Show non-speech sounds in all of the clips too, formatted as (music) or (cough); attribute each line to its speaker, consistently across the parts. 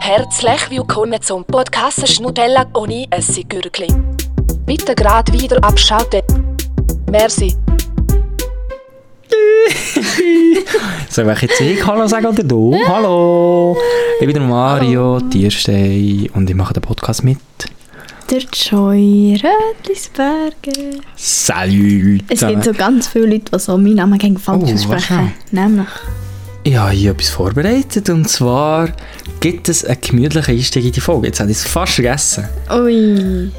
Speaker 1: herzlich willkommen zum Podcast Schnutella ohne Essiggürkli. Bitte gerade wieder abschalten. Merci.
Speaker 2: (laughs) Soll ich jetzt ich Hallo sagen oder du? Hallo! Ich bin der Mario Tierstein und ich mache den Podcast mit.
Speaker 3: Der Joy Rötlisberger.
Speaker 2: Salut!
Speaker 3: Es
Speaker 2: zusammen.
Speaker 3: gibt so ganz viele Leute, die so meinen Namen gegen falsch
Speaker 2: Oh,
Speaker 3: aussprechen.
Speaker 2: wahrscheinlich.
Speaker 3: Nämlich.
Speaker 2: Ich habe hier etwas vorbereitet und zwar gibt es einen gemütlichen Einstieg in die Folge. Jetzt habe ich es fast vergessen. (laughs)
Speaker 3: Ui.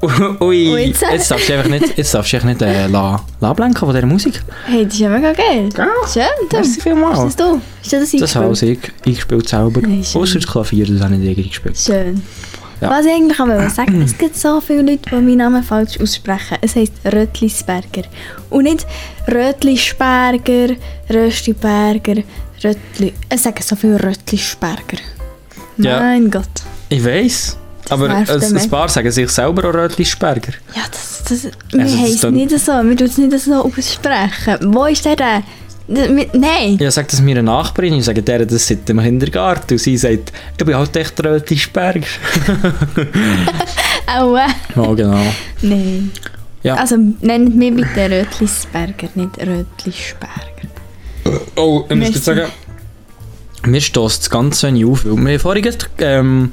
Speaker 2: Ui,
Speaker 3: Ui,
Speaker 2: jetzt
Speaker 3: jetzt-
Speaker 2: darfst du einfach nicht, jetzt darfst du dich nicht äh, la, la ablenken von dieser Musik.
Speaker 3: Hey, das ist ja mega geil.
Speaker 2: Gell?
Speaker 3: Schön,
Speaker 2: Merci
Speaker 3: du.
Speaker 2: Oh.
Speaker 3: Ist
Speaker 2: vielmals.
Speaker 3: das du? Ist das das
Speaker 2: Das habe alles
Speaker 3: eingespielt?
Speaker 2: ich, ich gespielt selber.
Speaker 3: Nein, schön.
Speaker 2: Außer das Klavier, das habe ich nicht gespielt.
Speaker 3: Schön.
Speaker 2: Ja. Mm.
Speaker 3: Was ich eigentlich auch wollte sagen es gibt so viele Leute, die meinen Namen falsch aussprechen. Es heisst Rötlisberger. Und nicht Rötlisberger, Röstiberger, Rötli. Es sagen so viele Rötlisberger.
Speaker 2: Ja.
Speaker 3: Mein Gott.
Speaker 2: Ich weiß. Aber
Speaker 3: nervt
Speaker 2: ein,
Speaker 3: mich.
Speaker 2: ein paar sagen sich selber auch Rötlisberger.
Speaker 3: Ja, das, das, wir
Speaker 2: Also, das
Speaker 3: haben
Speaker 2: ist
Speaker 3: es
Speaker 2: dann-
Speaker 3: nicht so, wir tun es nicht so aussprechen. Wo ist der denn? D- mit- Nein!
Speaker 2: Ich sage das meiner Nachbarin, ich sage der das seit dem Kindergarten und sie sagt, ich bin halt echt Rötlisberger.
Speaker 3: Aua!
Speaker 2: (laughs) Ja, genau.
Speaker 3: Nein.
Speaker 2: Ja.
Speaker 3: Also nennt mich bitte Rötlisberger, nicht Rötlisberger.
Speaker 2: Oh, ich muss
Speaker 3: Merci.
Speaker 2: jetzt sagen, mir stößt das Ganze nicht auf, weil wir haben vorhin gerade, ähm,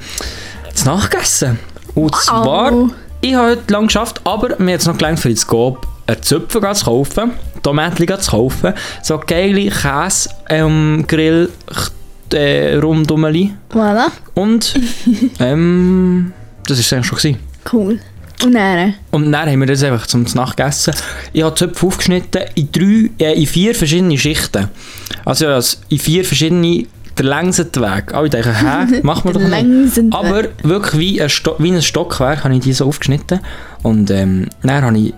Speaker 2: das Nachgegessen. Und zwar, ich habe heute lange geschafft, aber mir hat es noch gelangt für das Gob, einen Zöpfen zu kaufen, Tomaten zu kaufen, so geile Käse, ähm, Grill, äh, Rumdummeli
Speaker 3: Voilà,
Speaker 2: und, ähm, das war es eigentlich schon. Gewesen.
Speaker 3: cool. Und dann?
Speaker 2: Und dann haben wir das einfach zum Nachgegessen. Ich habe die Zöpfe aufgeschnitten in, drei, äh, in vier verschiedene Schichten. Also ja, es- in vier verschiedene, der längste Weg. Alle denken,
Speaker 3: (laughs)
Speaker 2: hä, machen wir doch nicht.
Speaker 3: Langsam.
Speaker 2: Aber wirklich wie ein, Sto wie ein Stockwerk habe ich die so aufgeschnitten. Und ähm, dann habe ich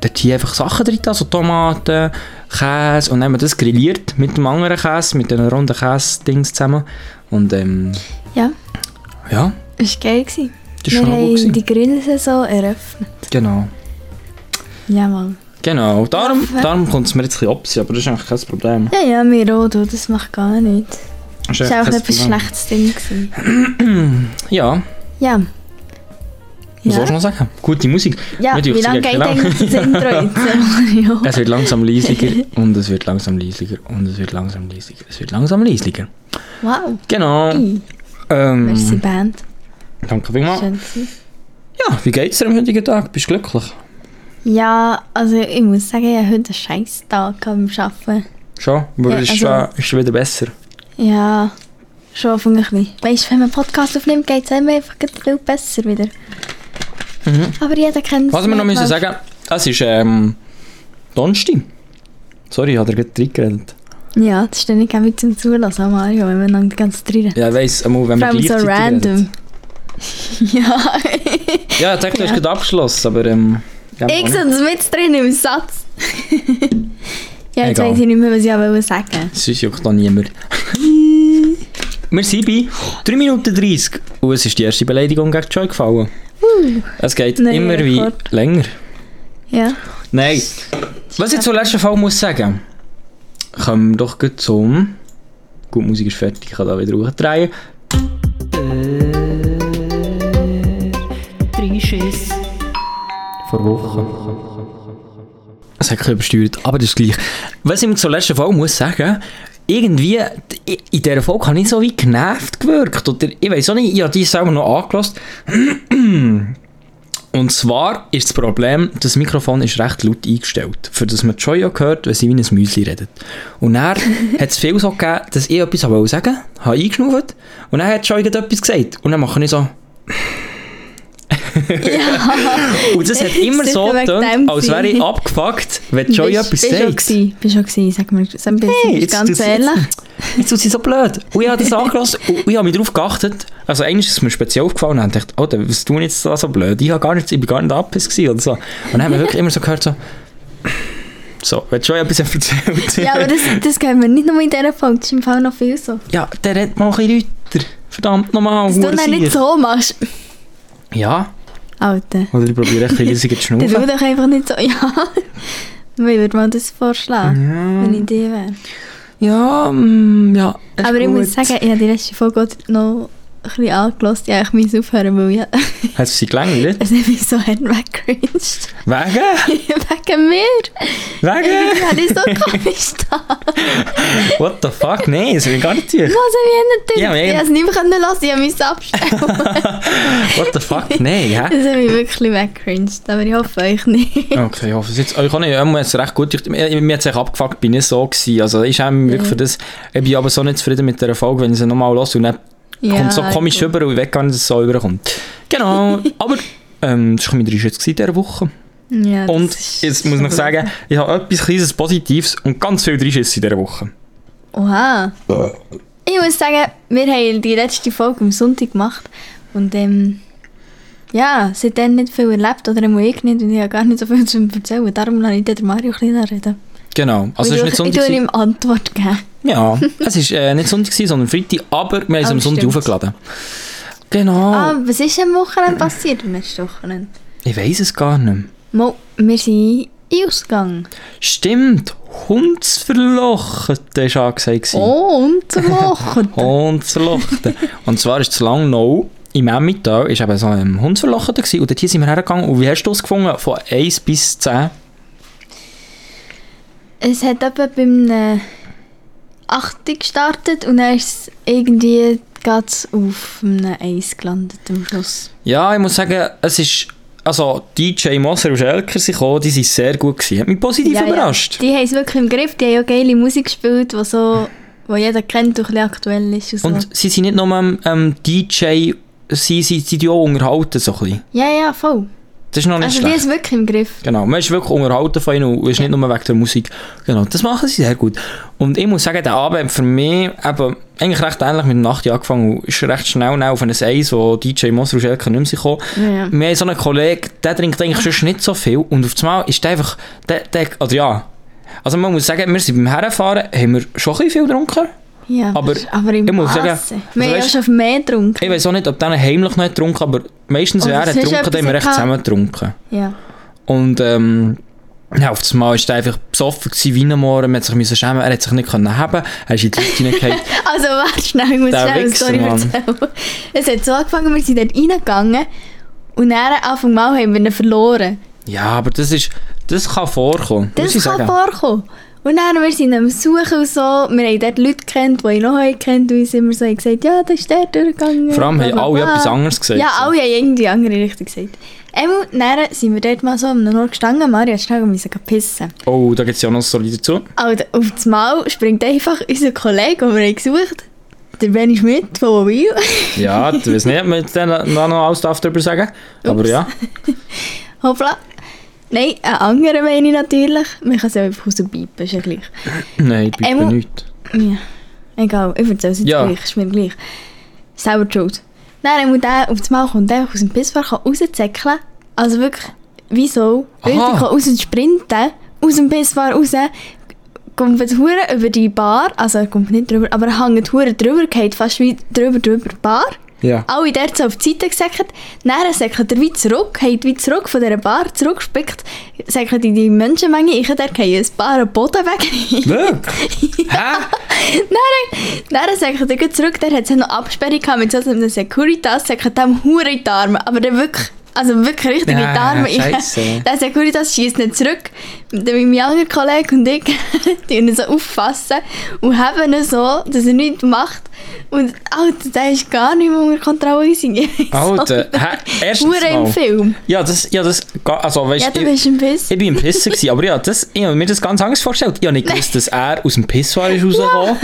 Speaker 2: dort hier einfach Sachen drin, also Tomaten, Käse. Und dann haben wir das grilliert mit dem anderen Käse, mit den runden Käse-Dings zusammen. Und ähm,
Speaker 3: Ja,
Speaker 2: ja,
Speaker 3: es war geil. Gewesen.
Speaker 2: das
Speaker 3: wir
Speaker 2: war schon noch gut.
Speaker 3: haben
Speaker 2: gewesen.
Speaker 3: die Grillsaison eröffnet.
Speaker 2: Genau.
Speaker 3: Jawohl.
Speaker 2: Genau, darum, darum kommt es mir jetzt ein bisschen abziehen, aber das ist eigentlich kein Problem.
Speaker 3: Ja, ja, mir auch, du, das macht gar nichts.
Speaker 2: Das
Speaker 3: Das
Speaker 2: eigentlich
Speaker 3: war auch
Speaker 2: kein
Speaker 3: etwas
Speaker 2: Problem.
Speaker 3: schlechtes Ding. Gewesen.
Speaker 2: Ja,
Speaker 3: Ja.
Speaker 2: was soll ich noch sagen? Gute Musik.
Speaker 3: Ja,
Speaker 2: Mir tut's
Speaker 3: wie lange
Speaker 2: gleich
Speaker 3: geht
Speaker 2: lang.
Speaker 3: eigentlich das (laughs) Intro jetzt?
Speaker 2: Es wird langsam
Speaker 3: (laughs)
Speaker 2: leisiger und es wird langsam leisiger und es wird langsam leisiger. Es wird langsam leisiger.
Speaker 3: wow,
Speaker 2: Genau.
Speaker 3: Ei, merci
Speaker 2: Ähm,
Speaker 3: Band.
Speaker 2: danke vielmals.
Speaker 3: Schön gewesen.
Speaker 2: Ja, wie geht's dir am heutigen Tag? Bist du glücklich?
Speaker 3: Ja, also ich muss sagen, ich hatte heute einen scheiß Tag beim Arbeiten.
Speaker 2: Schon? Aber
Speaker 3: Ja,
Speaker 2: ist,
Speaker 3: also-
Speaker 2: schon, ist schon wieder besser.
Speaker 3: Ja, schon von ein bisschen. Weißt du, wenn man einen Podcast aufnimmt, geht es einem einfach gerade viel besser wieder. Aber jeder kennt
Speaker 2: Mhm. Was wir noch müssen sagen, es ist ähm, Donnerstag. Sorry, ich habe dir gerade reingeredet.
Speaker 3: Ja, das ist dann nicht gerne zum Zulassen, Mario, wenn wir dann die ganze Zeit reden.
Speaker 2: Ja, ich weiss, einmal, wenn
Speaker 3: Vor
Speaker 2: wir
Speaker 3: allem so
Speaker 2: gleichzeitig reden.
Speaker 3: random. (laughs) ja,
Speaker 2: Ja, ich dachte, du hast gerade abgeschlossen, aber... Ähm, ja, auch
Speaker 3: ich
Speaker 2: nicht.
Speaker 3: sehe das mit drin im Satz. (laughs) ja, jetzt
Speaker 2: Egal.
Speaker 3: weiß ich nicht mehr, was ich auch wollte sagen
Speaker 2: Sonst juckt da
Speaker 3: (laughs)
Speaker 2: niemand. Wir sind bei 3 Minuten 30 und es ist die erste Beleidigung gegen Joy gefallen. Es geht
Speaker 3: Neuer
Speaker 2: immer wie
Speaker 3: Uh. Rekord.
Speaker 2: länger.
Speaker 3: Ja.
Speaker 2: Nein. Was ich zur letzten Fall muss sagen, kommen wir doch gut zum... Gut, die Musik ist fertig, ich kann da wieder hochdrehen. Vor Wochen. Es hat ein bisschen übersteuert, aber das ist gleich. Was ich mir zur letzten Folge muss sagen, irgendwie, i- in dieser Folge habe ich so wie genervt gewirkt. Oder ich weiß auch nicht, ich habe die selber noch angelassen. Und zwar ist das Problem, das Mikrofon ist recht laut eingestellt, für das man die Joy auch hört, wenn sie wie ein Müsli redet. Und
Speaker 3: (laughs)
Speaker 2: dann hat es viel so gegeben, dass ich etwas wollte sagen wollte, habe eingeschnauft und dann hat die Joy gerade etwas gesagt. Und dann mache ich so... (laughs) und
Speaker 3: (laughs)
Speaker 2: das hat immer
Speaker 3: Sicher
Speaker 2: so
Speaker 3: wegen
Speaker 2: getönt,
Speaker 3: dem
Speaker 2: als wäre ich
Speaker 3: Sinn.
Speaker 2: abgefuckt, wenn die Joy etwas sagt.
Speaker 3: Ich bin schon gewesen, sag mir so ein bisschen,
Speaker 2: Hey, jetzt
Speaker 3: ganz
Speaker 2: tut's-
Speaker 3: ehrlich.
Speaker 2: Jetzt sind sie so blöd. Und ich habe das angelassen und ich habe mich darauf geachtet. Also eigentlich ist es mir speziell aufgefallen und ich dachte, oh, dann- was tun jetzt da so blöd? Ich, habe gar nicht, ich bin gar nicht abgepisst gewesen oder so. Und dann haben wir wirklich immer so gehört, so... So, wenn schon etwas erzählt.
Speaker 3: Ja, dus, aber das, das gehen wir nicht nur in dieser Folge, das ist im Fall noch viel so.
Speaker 2: ja, der redet mal ein bisschen lauter. Verdammt nochmal,
Speaker 3: Dass du dann nicht so machst.
Speaker 2: Ja,
Speaker 3: Alter,
Speaker 2: oder ich probiere ein bisschen leiser zu
Speaker 3: (laughs) dann tu
Speaker 2: schnaufen.
Speaker 3: doch einfach nicht so. (laughs) Ja, ich würde mal das vorschlagen, wenn ich dir wäre.
Speaker 2: Ja, mm, ja. ist
Speaker 3: Aber ich
Speaker 2: gut.
Speaker 3: Ah, muss sagen, ich habe die letzte Folge auch noch ein bisschen angelost. Ja, ich muss aufhören, weil ja, (laughs)
Speaker 2: Hat es sie gelangweilt?
Speaker 3: es hat mich so hart (laughs) weggringed.
Speaker 2: Wegen?
Speaker 3: Wegen mir. Ich
Speaker 2: Wegen?
Speaker 3: habe dich so komisch da.
Speaker 2: What the fuck? Nein, das will ich gar nicht tun.
Speaker 3: Was habe ich
Speaker 2: Ja,
Speaker 3: denn
Speaker 2: aber
Speaker 3: gedacht?
Speaker 2: ich-
Speaker 3: Ich habe es nicht mehr können lassen, ich habe mich abstellen.
Speaker 2: What the fuck? Nein,
Speaker 3: (laughs)
Speaker 2: hä?
Speaker 3: Das hat mich wirklich weggringed, aber ich hoffe euch nicht.
Speaker 2: Okay, ich hoffe es jetzt. Ich kann nicht, ich muss recht gut. Ich, mir mir hat es echt abgefuckt, bin ich so gewesen. Also ich habe wirklich für das, ich bin aber so nicht zufrieden mit der Folge, wenn ich sie nochmal höre und dann kommt so komisch rüber und ich weiß gar nicht, dass es so rüberkommt.
Speaker 3: (laughs)
Speaker 2: Genau, aber ähm, das war mein Risch jetzt in dieser Woche.
Speaker 3: Ja, das
Speaker 2: Und
Speaker 3: ist-
Speaker 2: jetzt muss ich sagen, ich habe etwas kleines Positives und ganz viel Risches in dieser Woche.
Speaker 3: Oha. Ich muss sagen, wir haben die letzte Folge am Sonntag gemacht und ähm, ja, seitdem nicht viel erlebt oder einmal ich nicht und ich habe gar nicht so viel zu erzählen. Darum lasse ich den Mario ein bisschen reden.
Speaker 2: Genau, also es
Speaker 3: ich
Speaker 2: war
Speaker 3: tue-
Speaker 2: nicht
Speaker 3: ich
Speaker 2: Sonntag.
Speaker 3: tue
Speaker 2: gewesen.
Speaker 3: ihm Antwort geben.
Speaker 2: Ja, es war äh, nicht Sonntag, gewesen, sondern Freitag, aber wir haben es
Speaker 3: Ah,
Speaker 2: am Sonntag
Speaker 3: stimmt.
Speaker 2: aufgeladen. Genau,
Speaker 3: Ah, was ist am Wochenende passiert, am letzten Wochenende?
Speaker 2: ich weiß es gar nicht mehr.
Speaker 3: Mo, wir sind in Ausgang.
Speaker 2: Stimmt, Hundsverlochten war angesagt.
Speaker 3: Oh, und zum
Speaker 2: (laughs) Oh.
Speaker 3: Wochenende.
Speaker 2: Hundsverlochten. und zwar ist zu lang noch im Emmental ist eben so ein Hundsverlochten gewesen. und dort hier sind wir hergegangen und wie hast du es gefunden? Von 1 bis 10?
Speaker 3: Es hat etwa beim äh, 8 gestartet und dann ist es irgendwie ganz auf einem Eis gelandet am Schluss.
Speaker 2: Ja, ich muss sagen, es ist, also DJ Moser und Schelker sind gekommen, die sind sehr gut gewesen. Hat mich positiv
Speaker 3: Ja, ja.
Speaker 2: überrascht.
Speaker 3: Die haben es wirklich im Griff, die haben ja geile Musik gespielt, die so, wo jeder kennt und ein bisschen aktuell ist. Und so.
Speaker 2: Und sie sind nicht nur ähm, ähm, DJ, sie sie- sie sind ja auch unterhalten so ein bisschen.
Speaker 3: ja, ja, voll.
Speaker 2: Das ist noch nicht
Speaker 3: Also die haben
Speaker 2: schlecht.
Speaker 3: es wirklich im Griff.
Speaker 2: Genau, man ist wirklich unterhalten von ihnen und ist nicht nur wegen der Musik. Genau, das machen sie sehr gut. Und ich muss sagen, der Abend hat für mich eben eigentlich recht ähnlich mit der Nacht angefangen und ist recht schnell dann auf ein Eis, wo DJ Moser und Schelke nicht mehr sind gekommen.
Speaker 3: Ja, ja.
Speaker 2: Wir haben so einen Kollegen, der trinkt eigentlich sonst nicht so viel und auf einmal ist der einfach, der, der, oder ja, also man muss sagen, wir sind beim Herfahren, haben wir schon ein bisschen viel getrunken.
Speaker 3: Ja,
Speaker 2: Aber
Speaker 3: aber im
Speaker 2: ich muss sagen, also
Speaker 3: Maße. Wir haben ja
Speaker 2: weißt-
Speaker 3: schon auf mehr getrunken.
Speaker 2: Ich weiß auch nicht, ob der heimlich noch hat getrunken aber meistens,
Speaker 3: Oder
Speaker 2: wenn er hat
Speaker 3: sonst
Speaker 2: getrunken hat, haben wir
Speaker 3: etwas
Speaker 2: recht
Speaker 3: gehabt.
Speaker 2: zusammen getrunken.
Speaker 3: Ja.
Speaker 2: Und ähm, ja, auf das Mal war er einfach besoffen gewesen, wie am Morgen, man hat sich müssen schämen, er hat sich nicht können haben, er ist in die Leute hineingehauen.
Speaker 3: Also warte schnell, ich muss
Speaker 2: Der
Speaker 3: schnell eine
Speaker 2: Wichser,
Speaker 3: Story
Speaker 2: Mann.
Speaker 3: erzählen. Es hat so angefangen, wir sind dort reingegangen und dann Anfang Mal haben wir ihn verloren.
Speaker 2: Ja, aber das ist, das kann vorkommen,
Speaker 3: Das
Speaker 2: muss ich
Speaker 3: kann
Speaker 2: sagen.
Speaker 3: vorkommen. Und dann wir sind am Suchen und so. Wir haben dort Leute gekannt, die ich noch nicht kennt und uns immer so haben gesagt, ja, da ist der durchgegangen.
Speaker 2: Vor allem haben
Speaker 3: blablabla.
Speaker 2: alle etwas anderes gesagt.
Speaker 3: Ja,
Speaker 2: so.
Speaker 3: alle haben irgendwie andere Richtung gesagt. Einmal, dann sind wir dort mal so am Nord gestanden, Mario hat schnell müssen gehen pissen.
Speaker 2: Oh, da gibt es ja noch so Leute dazu.
Speaker 3: Alter, auf das Mal springt einfach unser Kollege, den wir haben gesucht der Benny Schmidt von Mobil. (laughs)
Speaker 2: Ja, ich weiß nicht, ob man dann noch noch alles darf darüber sagen aber
Speaker 3: Ups.
Speaker 2: ja.
Speaker 3: Hoppla. Nein, einen anderen meine ich natürlich. Man kann es ja einfach rauspiepen, ist ja gleich.
Speaker 2: Nein, bitte
Speaker 3: Ähm,
Speaker 2: nicht.
Speaker 3: Ja. Egal, ich erzähle es jetzt
Speaker 2: Ja.
Speaker 3: gleich, ist mir gleich. Selber die schuld. Nein, muss der auf das Mal kommt, der aus dem Pissfach rauszäckeln. Also wirklich, wieso?
Speaker 2: Aha.
Speaker 3: Richtig kann raus und sprinten, aus dem Pissfach raus, kommt jetzt Hure über die Bar, also er kommt nicht drüber, aber er hängt Hure drüber, geht fast wie drüber, drüber die Bar. (laughs)
Speaker 2: Ja.
Speaker 3: Alle dort so auf die Seite gesäckert. Dann säckelt er wie zurück, hat wie zurück von dieser Bar zurückgespickt, säckelt in die Menschenmenge, ich dort haben ein paar am Boden weg.
Speaker 2: Wirklich? Hä?
Speaker 3: dann dann säckelt er gleich zurück, der hat es noch Absperrung gehabt mit so einem Securitas, säckelt dem Hure in die Arme, aber der wirklich... Also wirklich richtig in die
Speaker 2: Ja,
Speaker 3: Arme. rein.
Speaker 2: Ah, scheisse.
Speaker 3: (laughs) Der Securitas schießt nicht zurück. Dann mein anderer Kollege und ich, (laughs) die ihn so auffassen und haben ihn so, dass er nichts macht. Und Alter, der ist gar nicht mehr unter Kontrolle. (laughs)
Speaker 2: Alter, hä? Erstens
Speaker 3: Hure im
Speaker 2: mal.
Speaker 3: Film.
Speaker 2: Ja, das, ja, das, ga- also weißt
Speaker 3: Ja, du bist ein Piss.
Speaker 2: Ich bin im Pissen, gewesen, aber ja, das, ich habe mir das ganz anders vorgestellt. Ich habe nicht gewusst, dass er aus dem Pissoir ist rausgekommen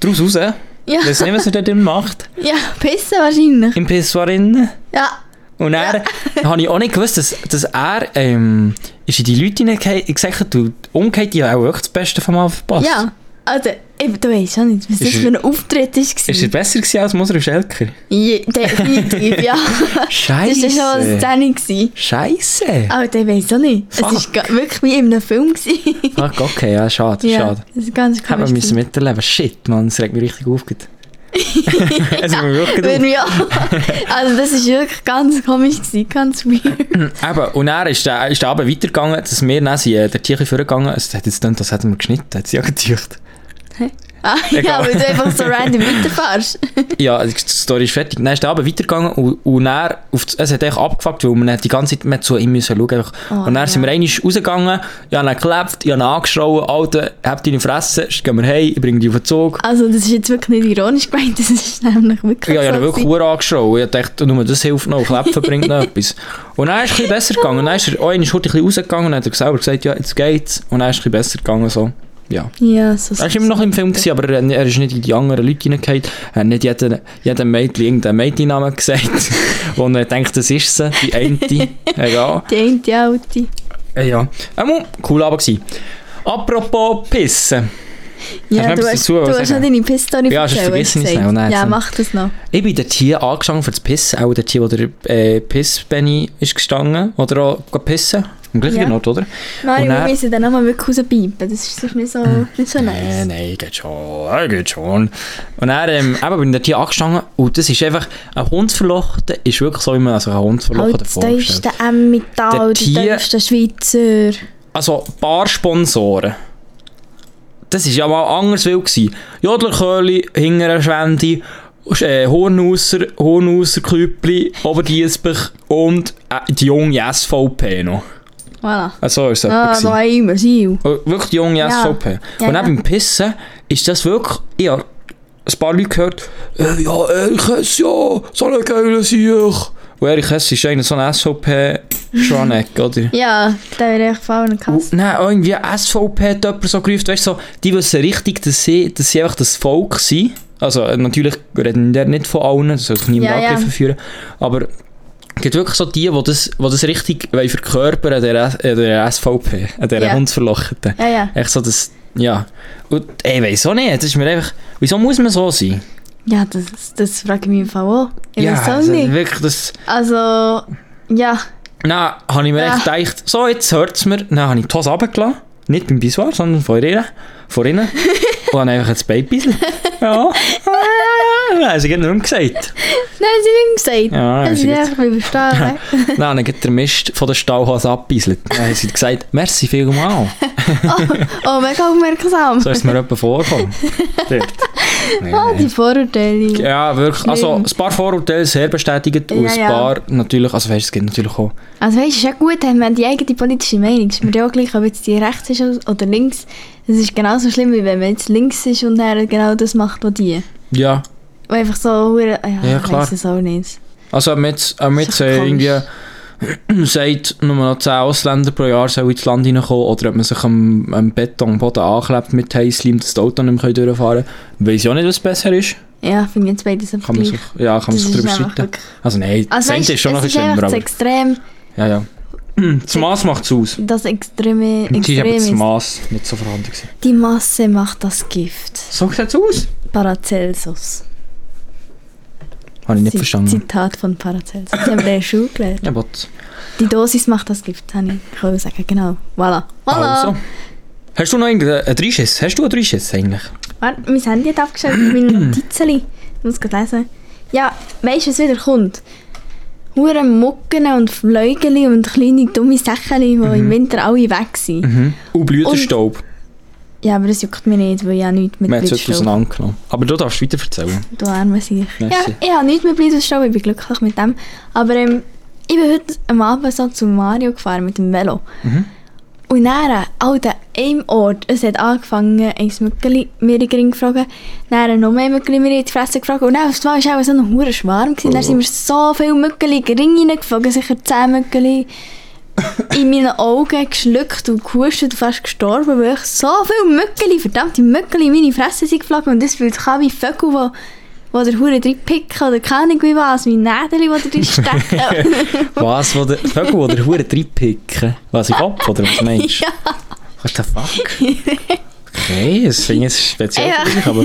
Speaker 2: Daraus raus.
Speaker 3: Ja.
Speaker 2: Ich weiß nicht, was er dort drin macht.
Speaker 3: Ja, pissen wahrscheinlich.
Speaker 2: Im Pissoir innen.
Speaker 3: Ja.
Speaker 2: Und er habe ich auch nicht gewusst, dass, dass er ähm, ist in die Leute hineingesagt und umgekehrt, die haben auch wirklich das Beste vom Mal verpasst.
Speaker 3: Ja. Also, ich, du weißt schon nicht, was das
Speaker 2: Ist
Speaker 3: für ein Auftritt ist.
Speaker 2: Ist er besser gewesen als Moser und Schelker?
Speaker 3: Ja, definitiv,
Speaker 2: (laughs)
Speaker 3: ja.
Speaker 2: Scheiße.
Speaker 3: Das war schon Ah. eine Szene. gewesen.
Speaker 2: Scheiße.
Speaker 3: Aber ich weiß auch nicht. Es
Speaker 2: Fuck.
Speaker 3: war ga- wirklich wie in einem Film. gewesen. (laughs)
Speaker 2: Fuck, okay, ja, schade,
Speaker 3: ja,
Speaker 2: schade.
Speaker 3: das ist ganz
Speaker 2: Haben wir
Speaker 3: komisch.
Speaker 2: müssen miterleben. Shit, Mann, das regt mich richtig
Speaker 3: (laughs)
Speaker 2: auf. (laughs) gerade. Es regt mich wirklich auf. (laughs)
Speaker 3: Würde mich auch- Also, das war wirklich ganz komisch, gewesen,
Speaker 2: (laughs)
Speaker 3: ganz weird.
Speaker 2: Eben, und dann ist der, ist der Abend weitergegangen, dass wir dann sind, äh, der Tiere vorgegangen Es hat jetzt gedacht, das hätten wir geschnitten, hat sie ja getücht.
Speaker 3: Hä? Ah, ja,
Speaker 2: Egal.
Speaker 3: weil du einfach so random weiterfährst.
Speaker 2: Ja, die Story ist fertig. Dann ist der Abend weitergegangen und, und dann auf das, es hat echt abgefuckt, weil man hat die ganze Zeit mehr zu ihm müssen schauen musste. und dann
Speaker 3: Oh, ja.
Speaker 2: sind wir einmal rausgegangen, ich habe ihn geklebt, ich habe ihn angeschrien, Alter, hab deine Fresse, sonst gehen wir heim, ich bringe dich auf den Zug.
Speaker 3: Also, das ist jetzt wirklich nicht ironisch gemeint, das ist nämlich wirklich.
Speaker 2: Ja, ich habe ihn
Speaker 3: so
Speaker 2: wirklich
Speaker 3: gewesen.
Speaker 2: hure angeschrien. Ich dachte, nur das hilft noch, Klepfen bringt noch etwas. Und dann ist es ein bisschen besser gegangen. Und dann ist er auch einmal kurz ein bisschen rausgegangen und hat er selber gesagt, ja, jetzt geht's. Und dann ist es ein bisschen besser gegangen. So. Ja.
Speaker 3: Ja, so.
Speaker 2: Er war immer noch im Film, gewesen, aber er, er ist nicht in die anderen Leute hineingefallen. Er hat nicht jedem, jedem Mädchen irgendeinen Mädchennamen gesagt, (laughs) wo er denkt, das ist sie, die eine.
Speaker 3: (laughs)
Speaker 2: Egal.
Speaker 3: Die eine, die alte.
Speaker 2: Äh, ja. Ähm, cool aber gewesen. Apropos Pissen. Hast du
Speaker 3: Ja,
Speaker 2: noch
Speaker 3: du
Speaker 2: etwas
Speaker 3: hast,
Speaker 2: dazu,
Speaker 3: du
Speaker 2: was
Speaker 3: hast noch
Speaker 2: sagen?
Speaker 3: deine Piss-Story
Speaker 2: Ja, sonst
Speaker 3: erzählt,
Speaker 2: vergesse
Speaker 3: hast
Speaker 2: ich
Speaker 3: du
Speaker 2: es
Speaker 3: gesagt.
Speaker 2: schnell. Nein,
Speaker 3: Ja,
Speaker 2: jetzt-
Speaker 3: mach das noch.
Speaker 2: Ich bin dort hier angefangen für das Pissen, auch dort hier, wo der äh, Pissbenny ist gestanden, oder auch go pissen, am gleichen
Speaker 3: Ja.
Speaker 2: Ort, oder?
Speaker 3: Nein,
Speaker 2: Und
Speaker 3: wir
Speaker 2: dann-
Speaker 3: müssen dann nochmal wirklich rauspiepen. Das ist sonst nicht so, nicht so
Speaker 2: Nein,
Speaker 3: nice.
Speaker 2: Äh, nein, geht schon, äh, geht schon. Und dann ähm, eben bin ich dort hier angestanden und das ist einfach, ein Hundsverlochten ist wirklich so, wie man also sich einen Hundsverlochten
Speaker 3: Halt das
Speaker 2: vorstellt.
Speaker 3: tiefste M-Metall,
Speaker 2: Der
Speaker 3: die
Speaker 2: Tier-
Speaker 3: tiefsten Schweizer.
Speaker 2: Also, ein paar Sponsoren. Das war ja mal anders wild. gewesen. Jodlerköhli, Hingerenschwende, äh, Hornhauser, Hornhauser Klüppli, Oberdiesbach und äh, die junge SVP noch.
Speaker 3: Voilà.
Speaker 2: Also ist es
Speaker 3: Ah,
Speaker 2: etwa
Speaker 3: da immer, Siu.
Speaker 2: gewesen. Oh, Wirklich die junge
Speaker 3: Ja.
Speaker 2: SVP.
Speaker 3: Ja,
Speaker 2: und
Speaker 3: ja.
Speaker 2: auch beim Pissen ist das wirklich... Ich habe ein paar Leute gehört, äh, ja, Erich Hess, ja, so eine geile Sieg. Und Erich Hess ist eigentlich so ein SVP-Schwaneck, oder?
Speaker 3: Ja, da wäre ich gefallen
Speaker 2: Und
Speaker 3: Kasten.
Speaker 2: Nein, irgendwie SVP hat jemand so gerufen, weißt du, so, die wissen richtig, dass sie, dass sie einfach das Volk sind. Also äh, natürlich reden wir nicht von allen, das soll sich niemand
Speaker 3: Ja, ja.
Speaker 2: angegriffen fühlen, aber es gibt wirklich so die, die das, die das richtig wollen verkörpern an der, an der SVP, an der
Speaker 3: Ja.
Speaker 2: Hundsverlochten.
Speaker 3: Ja, ja.
Speaker 2: Echt so das, ja. Und ey, wieso nicht, das ist mir einfach, wieso muss man so sein?
Speaker 3: Ja, das, das frage ich mich im Fall auch. Ich
Speaker 2: ja, dus-
Speaker 3: weiß auch
Speaker 2: das-
Speaker 3: nicht.
Speaker 2: wirklich, das...
Speaker 3: Also, ja.
Speaker 2: Dann habe ich mir echt gedacht, so jetzt hört es mir. Dann habe ich die Hose runtergelassen. Nicht beim Biswar, sondern vor innen. Vor
Speaker 3: (laughs)
Speaker 2: innen. Und dann einfach ein Beibissel. Ja. Nein, habe ich nicht mehr gesagt.
Speaker 3: Nein, sie haben nicht gesagt.
Speaker 2: Ja,
Speaker 3: das ist
Speaker 2: sie hat-
Speaker 3: einfach überstanden.
Speaker 2: Dann habe ich gleich den Mist von der Stallhose abbisselt. Dann haben sie gesagt, merci vielmals.
Speaker 3: oh, mega aufmerksam.
Speaker 2: So ist es mir etwa vorgekommen. Dort.
Speaker 3: (laughs) Ah,
Speaker 2: Nee.
Speaker 3: die Vorurteile.
Speaker 2: Ja, wirklich. Also, ein paar Vorurteile sehr bestätigt und
Speaker 3: Ja,
Speaker 2: ein
Speaker 3: ja.
Speaker 2: paar natürlich, also weißt, es gibt natürlich auch
Speaker 3: Also weißt du, es ist auch gut, haben wir die eigene politische Meinung. Ist mir ja auch gleich, ob jetzt die rechts ist oder links. Dus Es ist genauso schlimm, wie wenn man jetzt links ist und dann genau das macht, was dus die.
Speaker 2: ja,
Speaker 3: Und einfach so, hure- ja,
Speaker 2: Ja,
Speaker 3: ich
Speaker 2: klar.
Speaker 3: weiss es auch nicht.
Speaker 2: Also wenn man jetzt, wenn man
Speaker 3: Das
Speaker 2: jetzt
Speaker 3: ist doch
Speaker 2: äh,
Speaker 3: komisch.
Speaker 2: irgendwie (clears throat) sagt, nur noch 10 Ausländer pro Jahr sollen ins Land reinkommen oder ob man sich am, am Betonboden anklebt mit Heislim, dass die Autos nicht mehr durchfahren können, weiss ich auch nicht, was besser ist.
Speaker 3: Ja, finde ich jetzt beides
Speaker 2: Kann
Speaker 3: einfach
Speaker 2: man
Speaker 3: gleich.
Speaker 2: sich, ja, kann man
Speaker 3: Das
Speaker 2: sich
Speaker 3: ist
Speaker 2: darüber
Speaker 3: einfach
Speaker 2: streiten.
Speaker 3: wirklich-
Speaker 2: Also nein,
Speaker 3: Also
Speaker 2: das eine
Speaker 3: weißt,
Speaker 2: ist schon noch ein
Speaker 3: es ist
Speaker 2: bisschen
Speaker 3: einfach
Speaker 2: schlimmer,
Speaker 3: das
Speaker 2: aber...
Speaker 3: Extrem,
Speaker 2: Ja, ja. Das Mass macht es aus.
Speaker 3: das extreme,
Speaker 2: Und hier ist aber das
Speaker 3: extrem ist.
Speaker 2: Mass nicht so vorhanden gewesen.
Speaker 3: Die Masse macht das Gift.
Speaker 2: So sieht es aus.
Speaker 3: Paracelsus.
Speaker 2: Habe ich nicht
Speaker 3: Zi-
Speaker 2: verstanden.
Speaker 3: Zitat von Paracelsus. Das haben wir in der Schule gelernt.
Speaker 2: Ja, but.
Speaker 3: Die Dosis macht das Gift, habe ich können sagen. Genau. Voilà. Voilà.
Speaker 2: Also. Hast du noch irgendeinen einen Dreischiss? Hast du einen Dreischiss eigentlich?
Speaker 3: Warte, mein Handy hat abgeschaltet, meine Notizen. Ich muss gerade lesen. Ja, weißt du, was wieder kommt? Hure Mucken und Fleugeli und kleine dumme Sachen, die im Winter alle weg sind.
Speaker 2: Mhm. Und Blütenstaub.
Speaker 3: Ja, aber das juckt mich nicht, weil ich habe nichts mit
Speaker 2: Man hat es heute
Speaker 3: Blitzstau.
Speaker 2: auseinandergenommen. Aber du darfst weiter erzählen.
Speaker 3: Du arme Sieg. Ja,
Speaker 2: Merci.
Speaker 3: ich habe nichts mit Blitzstau, ich bin glücklich mit dem. Aber ähm, ich bin heute am Abend so zu Mario gefahren mit dem Velo. Und dann, Alter, einem Ort, es hat angefangen, ein Mückeli, mir in den Ring gefragt, dann noch mehr Mückeli, mir in die Fresse gefragt, und dann auf einmal war es auch so ein hoher Schwarm, gewesen. dann sind wir so viele Mückeli in den Ring hineingeflogen, sicher 10 Mückeli in meinen Augen geschluckt und gehustet und fast gestorben, weil ich so viele Mückeli, verdammte Mückeli in meine Fresse sind geflogen und das fühlt sich an wie Vögel, die wo der Hure drin picken oder keine Ahnung wie was, wie Nädeli, die da
Speaker 2: (laughs)
Speaker 3: drin stecken.
Speaker 2: Was? Wo der Vögel, wo der Hure reinpicken? Was, ich ab? Oder was meinst du?
Speaker 3: (laughs) Ja.
Speaker 2: What the fuck? Okay, das finde ich jetzt speziell
Speaker 3: Ja.
Speaker 2: für dich, aber...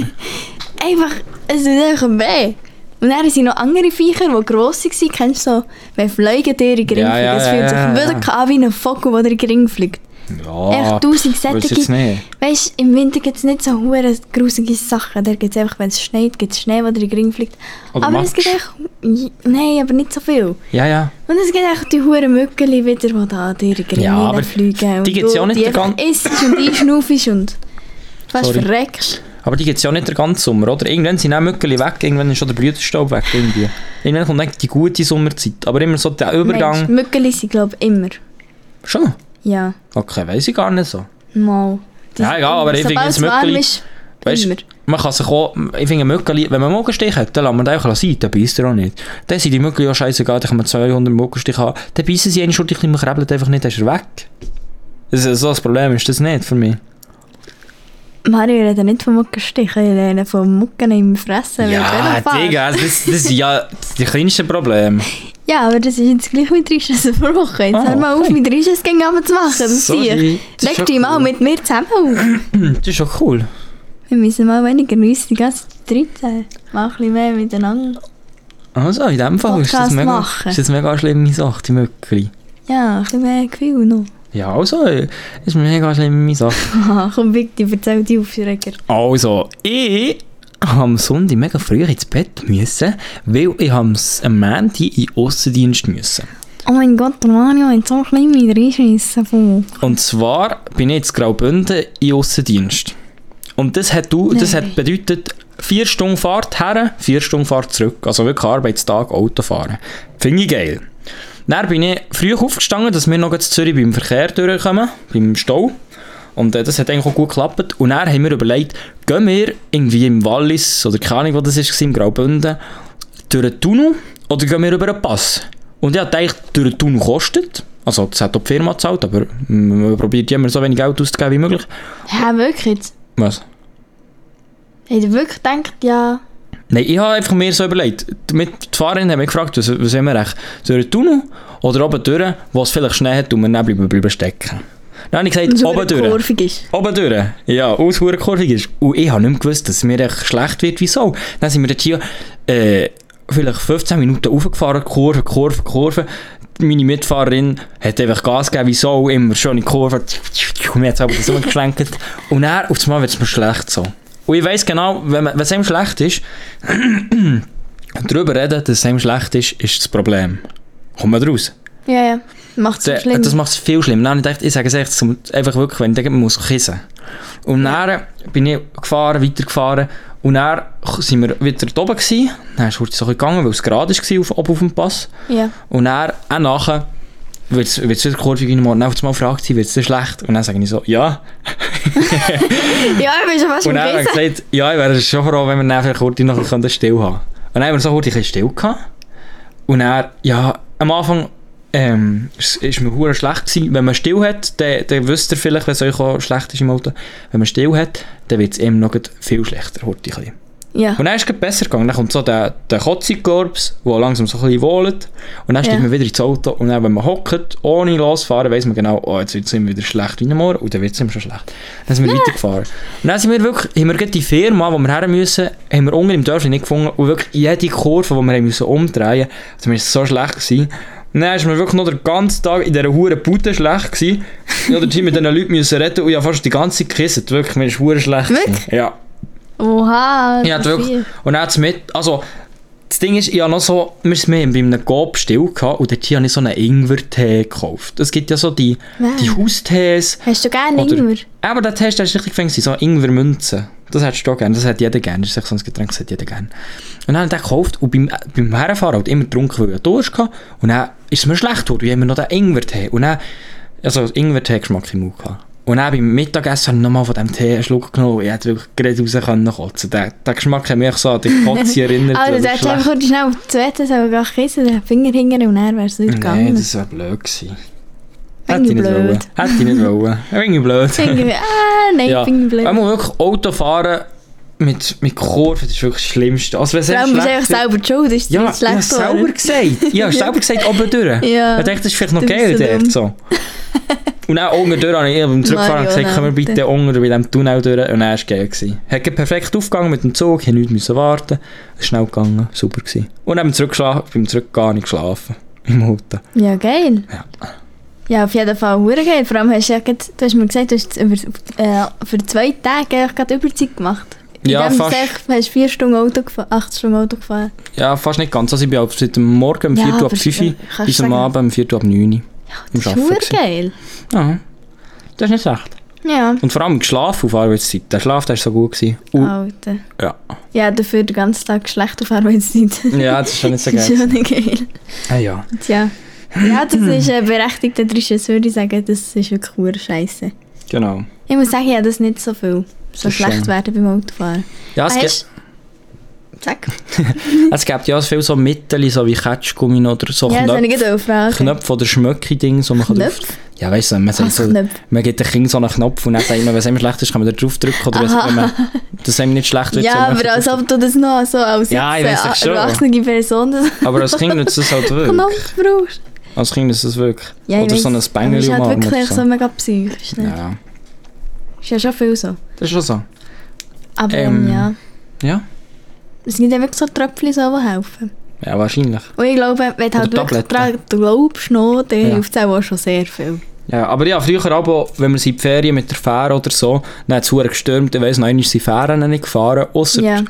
Speaker 3: einfach, es tut einfach weh. Und dann sind noch andere Viecher, die gross waren. Kennst du so, wenn Fliegen dir in den Ring
Speaker 2: Ja,
Speaker 3: fliegen?
Speaker 2: ja,
Speaker 3: es
Speaker 2: ja,
Speaker 3: fühlt sich
Speaker 2: ja, Oh, ja.
Speaker 3: wirklich an wie ein Vogel, der dir in den Ring fliegt.
Speaker 2: Ja,
Speaker 3: Echt tausend
Speaker 2: weiss
Speaker 3: Sättige.
Speaker 2: jetzt nicht.
Speaker 3: Weißt du, im Winter gibt es nicht so hohe grusige Sachen. Da gibt es einfach, wenn es schneit, gibt es Schnee, der dir in den Ring fliegt.
Speaker 2: Oder
Speaker 3: aber es gibt echt. Nein, aber nicht so viel.
Speaker 2: Ja, ja.
Speaker 3: Und es gibt echt die hohen Mückeli wieder, die da an dir in den
Speaker 2: Ja,
Speaker 3: Ring
Speaker 2: aber
Speaker 3: fliegen.
Speaker 2: die gibt's ja auch nicht
Speaker 3: Die
Speaker 2: den (laughs)
Speaker 3: einfach
Speaker 2: ganzen-
Speaker 3: isst und einschnaufst und fast
Speaker 2: Sorry.
Speaker 3: verreckst.
Speaker 2: Aber die gibt es ja nicht den ganzen Sommer, oder? Irgendwann sind auch Mückeli weg, irgendwann ist schon der Brüderstaub weg. Irgendwie. Irgendwann kommt eigentlich die gute Sommerzeit. Aber immer so der Übergang.
Speaker 3: Mensch, Mückeli sind, glaube ich, immer.
Speaker 2: Schon?
Speaker 3: Ja,
Speaker 2: Okay, weiß ich gar nicht so.
Speaker 3: mal. Dus Die
Speaker 2: Ja,
Speaker 3: sind
Speaker 2: egal,
Speaker 3: immer-
Speaker 2: aber ich finde
Speaker 3: sobald
Speaker 2: jetzt
Speaker 3: es warm
Speaker 2: Mückeli-
Speaker 3: ist,
Speaker 2: Weißt du,
Speaker 3: immer.
Speaker 2: man kann sich auch, ich finde Mückeli, wenn man Mückenstich hat, dann lassen wir den einfach sein, dann beißt er auch nicht. Dann sind die Mückeli auch scheißegal, dann kann man 200 Mückenstiche haben, dann beißen sie einen Schurz, ich nehme krabbelt einfach nicht, dann ist er weg. Das ist so ein Problem, ist das nicht für mich.
Speaker 3: Mario redet nicht vom Muckenstichen, ich rede vom Mucken im Fressen.
Speaker 2: ja,
Speaker 3: während du
Speaker 2: Digga, das, das ist ja das kleinste
Speaker 3: (laughs)
Speaker 2: Problem.
Speaker 3: fährst. Ja, dus aber das ist jetzt gleich mit Risches pro Woche. Jetzt
Speaker 2: Ah,
Speaker 3: hör mal auf,
Speaker 2: okay.
Speaker 3: mit Risches gegen zu machen. Das
Speaker 2: Sorry,
Speaker 3: Viech.
Speaker 2: das ist
Speaker 3: Leg
Speaker 2: schon
Speaker 3: dich mal
Speaker 2: cool. Hm,
Speaker 3: mit mir zusammen auf.
Speaker 2: Das ist ja cool.
Speaker 3: Wir müssen mal weniger uns die ganze Zeit reiten. Mal ein bisschen mehr miteinander.
Speaker 2: Also, in dem Fall ist das,
Speaker 3: Podcast
Speaker 2: mega,
Speaker 3: machen.
Speaker 2: ist das mega schlimme Sache, die Mückeli.
Speaker 3: Ja, ein bisschen mehr Gefühl noch. (laughs)
Speaker 2: Ja, also, äh, ist eine mega schlimme Sache.
Speaker 3: Aha, komm, bitte, erzähl Ah, die Aufreger.
Speaker 2: Also, ich habe am Sonntag mega früh ins Bett müssen, weil ich am S- am Montag in den Aussendienst müssen.
Speaker 3: Oh mein Gott, der Mario hat so klein mit Risches von.
Speaker 2: Und zwar bin ich jetzt Graubünden in den Aussendienst. Und das hat, du, das
Speaker 3: Nein.
Speaker 2: hat bedeutet, vier Stunden Fahrt her, vier Stunden Fahrt zurück. Also wirklich Arbeitstag, Autofahren. Finde ich geil. Dann bin ich früh aufgestanden, dass wir noch zu Zürich beim Verkehr durchkommen, beim Stau. Und äh, das hat eigentlich auch gut geklappt. Und dann haben wir überlegt, gehen wir irgendwie im Wallis, oder keine Ahnung, wo das war, im Graubünden, durch den Tunnel oder gehen wir über einen Pass? Und ich dachte, durch den Tunnel kostet. Also, das hat auch die Firma gezahlt, aber mm, man probiert immer so wenig Geld auszugeben wie möglich.
Speaker 3: Ja, wirklich jetzt.
Speaker 2: Was?
Speaker 3: Hat er wirklich gedacht, ja.
Speaker 2: Nein, ich habe einfach mir so überlegt. Die- Mit die Fahrerin hat mich gefragt, was, was haben wir recht? Durch den Tunnel oder oben durch, wo es vielleicht Schnee hat und wir dann bleiben, bleiben stecken? Dann habe ich gesagt,
Speaker 3: so
Speaker 2: oben durch.
Speaker 3: kurvig ist.
Speaker 2: Oben durch. Ja, aus hure kurvig ist. Und ich habe nicht mehr gewusst, dass es mir echt schlecht wird. Wieso? Dann sind wir dort hier äh, vielleicht 15 Minuten hochgefahren. Kurve, Kurve, Kurve. Meine Mitfahrerin hat einfach Gas gegeben, wieso? Immer schöne Kurve. Und mir hat es aber das umgeschlenkt. Und dann, auf einmal wird es mir schlecht so. Und ich weiss genau, wenn man- wenn es einem schlecht (clears throat) ist, darüber reden, dass es einem schlecht ist, ist das Problem. Kommt man raus?
Speaker 3: Ja, ja. Macht so
Speaker 2: Der-
Speaker 3: schlimm.
Speaker 2: Das macht es viel schlimmer. Nein, ich dachte, ich sage es echt, zum, einfach wirklich, wenn ich denke, man muss kissen. Und dann bin ich gefahren, weitergefahren und dann sind wir wieder dort oben gewesen. Dann ist es kurz so ein bisschen gegangen, weil es gerade war auf, oben auf dem Pass.
Speaker 3: ja.
Speaker 2: Und dann, auch nachher, wird es wieder kurvig in Morgen. Dann auf einmal fragt sie, wird es schlecht? Und dann sage ich so, ja.
Speaker 3: Ja, ich bin schon fast
Speaker 2: Und dann hat
Speaker 3: vergessen.
Speaker 2: er gesagt, ja, ich wäre schon froh, wenn wir nachher kurz noch ein bisschen still haben. Und dann haben wir so kurz ein bisschen still gehabt. Und er, ja, am Anfang ähm, es ist mir hure schlecht gewesen. Wenn man still hat, dann, dann wisst ihr vielleicht, wenn es euch auch schlecht ist im Auto. Wenn man still hat, dann wird es eben noch grad viel schlechter, kurz ein bisschen.
Speaker 3: Ja.
Speaker 2: Und dann ist es besser gegangen. Dann kommt so der, der Kotzikorps, der langsam so ein bisschen wohlt. Und dann steigt
Speaker 3: Ja.
Speaker 2: man wieder ins Auto. Und dann, wenn man hockt, ohne losfahren, weiss man genau, oh, jetzt wird es immer wieder schlecht wie ein Morgen. Und dann wird es immer schon schlecht. Dann sind wir weitergefahren. Und dann sind wir wirklich, haben wir gerade die Firma, wo wir her müssen, haben wir unten im Dörfli nicht gefunden. Und wirklich jede Kurve, die wir haben müssen umdrehen mussten, war so schlecht. Gewesen. Und dann ist mir wirklich noch den ganzen Tag in dieser huren Pute schlecht gewesen. Ich musste dort mit diesen Leuten müssen reden und ich habe fast die ganze Zeit gekisset. Wirklich, mir ist hure schlecht. gewesen. Ja.
Speaker 3: Oha.
Speaker 2: Ja,
Speaker 3: das
Speaker 2: wirklich.
Speaker 3: ist-
Speaker 2: Und dann hat's mit, also, das Ding ist, ich habe noch so, wir waren bei einem Gob still gehabt und dort hier habe ich so einen Ingwer-Tee gekauft. Es gibt ja so die,
Speaker 3: Ja.
Speaker 2: die Haustees.
Speaker 3: Hast du gerne
Speaker 2: Oder-
Speaker 3: Ingwer?
Speaker 2: Aber der Tee, der ist richtig fancy, so Ingwer-Münzen. Das hättest du auch gerne, das hat jeder gerne. Das ist echt so ein Getränk, das hat jeder gerne. Und dann habe ich den gekauft und beim, beim Herfahren halt immer getrunken, weil ich Durst hatte. Und dann ist es mir schlecht geworden, ich habe immer noch den Ingwer-Tee. Und dann, also Ingwer-Tee-Geschmack im Mund gehabt. Und dann beim Mittagessen habe ich nochmal von diesem Tee einen Schluck genommen. Ich hätte wirklich gerade raus können kotzen. Der, der Geschmack hat mich so an die Kotze erinnert.
Speaker 3: Also,
Speaker 2: weil
Speaker 3: du
Speaker 2: es
Speaker 3: hättest einfach
Speaker 2: schlecht-
Speaker 3: kurz schnell auf die Toilette sollen gehen kissen, den Finger hingern und dann wäre es nicht
Speaker 2: Nein,
Speaker 3: gegangen.
Speaker 2: das wäre blöd gewesen.
Speaker 3: Finde
Speaker 2: Hätte ich
Speaker 3: ich
Speaker 2: nicht
Speaker 3: blöd.
Speaker 2: wollen. Hätte ich nicht wollen. Irgendwie blöd.
Speaker 3: Irgendwie, ah, nein,
Speaker 2: ja.
Speaker 3: Finger blöd.
Speaker 2: Wenn man wirklich Auto fahren mit, mit Kurven, das ist wirklich das Schlimmste. Also, wenn es
Speaker 3: Vor allem
Speaker 2: einem
Speaker 3: bist du einfach
Speaker 2: schlecht wird-
Speaker 3: selber dus die schuld, ist
Speaker 2: ja,
Speaker 3: ja,
Speaker 2: ich habe
Speaker 3: schlecht
Speaker 2: selber
Speaker 3: geworden. (laughs)
Speaker 2: gesagt. Ich habe selber gesagt, oben durch.
Speaker 3: Ja.
Speaker 2: Ich dachte, das ist vielleicht noch
Speaker 3: Du bist
Speaker 2: geil
Speaker 3: so dumm.
Speaker 2: dort.
Speaker 3: (laughs)
Speaker 2: So. Und dann unten durch habe ich beim Zurückfahren
Speaker 3: Mario,
Speaker 2: gesagt, können wir
Speaker 3: nein,
Speaker 2: bitte unten bei diesem Tunnel durch. Und dann war es geil. gewesen. Hat gerade perfekt aufgegangen mit dem Zug, ich musste nichts warten. Es ist schnell gegangen, super gewesen. Und dann beim Zurückschlafen, beim Zurückgehen habe ich geschlafen. (laughs) Im Auto.
Speaker 3: Ja, geil.
Speaker 2: Ja.
Speaker 3: Ja, auf jeden Fall hure geil. Vor allem hast du ja grad, du hast mir gesagt, du hast über, äh, für zwei Tage eigentlich gerade Überzeit gemacht. In
Speaker 2: Ja,
Speaker 3: dem
Speaker 2: fast.
Speaker 3: Sech, hast du vier Stunden Auto gefahren, acht Stunden Auto gefahren.
Speaker 2: Ja, fast nicht ganz. Also ich bin ab seit dem Morgen um
Speaker 3: Ja,
Speaker 2: 4 Uhr ab
Speaker 3: aber-
Speaker 2: 5 Uhr
Speaker 3: kannst
Speaker 2: bis
Speaker 3: du
Speaker 2: am
Speaker 3: sagen-
Speaker 2: Abend um 4 Uhr ab 9 Uhr.
Speaker 3: Das ist
Speaker 2: Arbeiten
Speaker 3: hure
Speaker 2: gewesen.
Speaker 3: geil.
Speaker 2: Ja. Das ist nicht schlecht.
Speaker 3: Ja,
Speaker 2: Und vor allem geschlafen auf Arbeitszeit. Der Schlaf, der war so gut. Gewesen. Und,
Speaker 3: Alter.
Speaker 2: ja.
Speaker 3: Ja, dafür den ganzen Tag schlecht auf Arbeitszeit.
Speaker 2: ja, das ist schon nicht
Speaker 3: (laughs)
Speaker 2: so
Speaker 3: Das ist
Speaker 2: geil.
Speaker 3: schon nicht geil.
Speaker 2: Ah, ja.
Speaker 3: Tja. Ja, eh, das ist ein berechtigter Drisches, würde ich sagen. Das ist wirklich pure Scheiße.
Speaker 2: Genau.
Speaker 3: Ich muss sagen, ja, das ist nicht so viel. So
Speaker 2: ist
Speaker 3: schlecht
Speaker 2: schön.
Speaker 3: werden beim Autofahren.
Speaker 2: Ja, es,
Speaker 3: Ah,
Speaker 2: gibt,
Speaker 3: hast- Zack.
Speaker 2: es gibt ja viel so Mittel, so wie Ketschgummi oder so
Speaker 3: Ja, das
Speaker 2: Knöpfe,
Speaker 3: habe ich gerade auch gefragt.
Speaker 2: Knöpfe oder Schmöcki-Ding. So man kann drauf-
Speaker 3: Knöpfe?
Speaker 2: Ja, weißt du, man, sagt
Speaker 3: Was
Speaker 2: so,
Speaker 3: Knöpfe?
Speaker 2: man gibt dem Kind so einen Knopf und dann sagt man, wenn es einem schlecht ist, kann man da drauf drücken. Oder wenn- wenn man, dass einem nicht schlecht wird, soll
Speaker 3: (laughs) Ja,
Speaker 2: man
Speaker 3: aber also-
Speaker 2: einfach
Speaker 3: als
Speaker 2: drauf-
Speaker 3: ob du das noch so als
Speaker 2: Ja, ich weiss
Speaker 3: jetzt,
Speaker 2: doch
Speaker 3: äh,
Speaker 2: schon.
Speaker 3: erwachsene Person das (laughs)
Speaker 2: aber als Kind nützt es halt wirklich.
Speaker 3: Knopf brauchst.
Speaker 2: Als Kind ist es wirklich.
Speaker 3: Ja, ich
Speaker 2: oder so ein
Speaker 3: weiss. Aber
Speaker 2: Bengel
Speaker 3: ist halt
Speaker 2: umarmen oder
Speaker 3: wirklich so
Speaker 2: so.
Speaker 3: mega psychisch. Ne?
Speaker 2: Ja,
Speaker 3: Ist ja schon viel so.
Speaker 2: das ist schon so.
Speaker 3: Aber
Speaker 2: Ähm.
Speaker 3: ähm, ja, Dus
Speaker 2: Ja,
Speaker 3: es gibt ja wirklich so Tröpfchen, die helfen.
Speaker 2: ja wahrscheinlich.
Speaker 3: Und ich glaube, wenn du halt
Speaker 2: Oder
Speaker 3: wirklich
Speaker 2: Tabletten.
Speaker 3: dran glaubst, noch, dann
Speaker 2: Ja.
Speaker 3: hilft es auch schon sehr viel.
Speaker 2: Ja, aber ja, früher aber, wenn wir in die Ferien mit der Fähre oder so, dann hat es verdammt gestürmt, ich weiss noch, einmal sind die Fähren nicht gefahren, ausser
Speaker 3: Ja.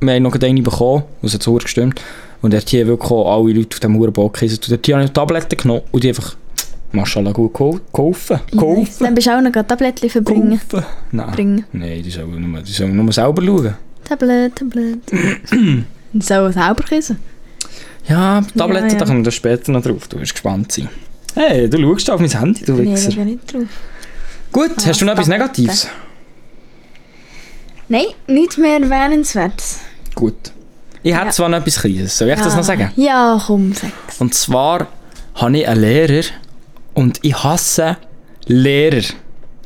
Speaker 2: wir haben noch gerade eine bekommen, und es hat verdammt gestürmt. Und dort hier wirklich auch alle Leute auf dem Hurenbock gesessen. Und dort hier habe ich Tabletten genommen und die einfach, maschallah, gut gehol- geholfen. Geholfen.
Speaker 3: Dann bist du auch noch gerade Tablettchen verbringen.
Speaker 2: Geholfen. Nein,
Speaker 3: Bringen.
Speaker 2: nein, die sollen nur, die sollen nur selber schauen.
Speaker 3: Tablet, Tablet.
Speaker 2: (clears throat)
Speaker 3: Und so selber kissen.
Speaker 2: Ja, Tabletten,
Speaker 3: Ja, ja.
Speaker 2: da kommen wir dann später noch drauf, du wirst gespannt sein. Hey, du schaust auf mein Handy, du
Speaker 3: Nee,
Speaker 2: Wichser.
Speaker 3: ich bin nicht drauf.
Speaker 2: Gut,
Speaker 3: Ah,
Speaker 2: hast du noch etwas
Speaker 3: Tabletten.
Speaker 2: Negatives?
Speaker 3: Nein, nichts mehr erwähnenswertes.
Speaker 2: Gut. Ich hätte zwar noch etwas Kleines, soll ich das
Speaker 3: Ja.
Speaker 2: noch sagen?
Speaker 3: Ah. Ja, komm, sag's.
Speaker 2: Und zwar habe ich einen Lehrer und ich hasse Lehrer.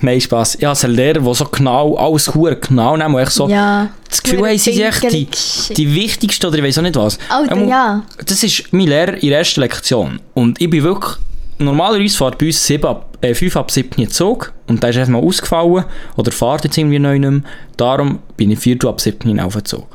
Speaker 2: Nein, Spass. Ich hasse Lehrer, die so genau, alles hure genau nehmen und echt so
Speaker 3: ja.
Speaker 2: das Gefühl haben, sie sind echt die, die wichtigste oder ich weiß auch nicht was.
Speaker 3: Alter,
Speaker 2: Ähm,
Speaker 3: ja.
Speaker 2: Das ist mein Lehrer in der ersten Lektion. Und ich bin wirklich... Normalerweise fährt bei uns 7 ab, äh, 5 ab 7 in den Zug und der ist erstmal ausgefallen oder fährt jetzt irgendwie neu nicht mehr. Darum bin ich 4 Uhr ab 7 auf den Zug.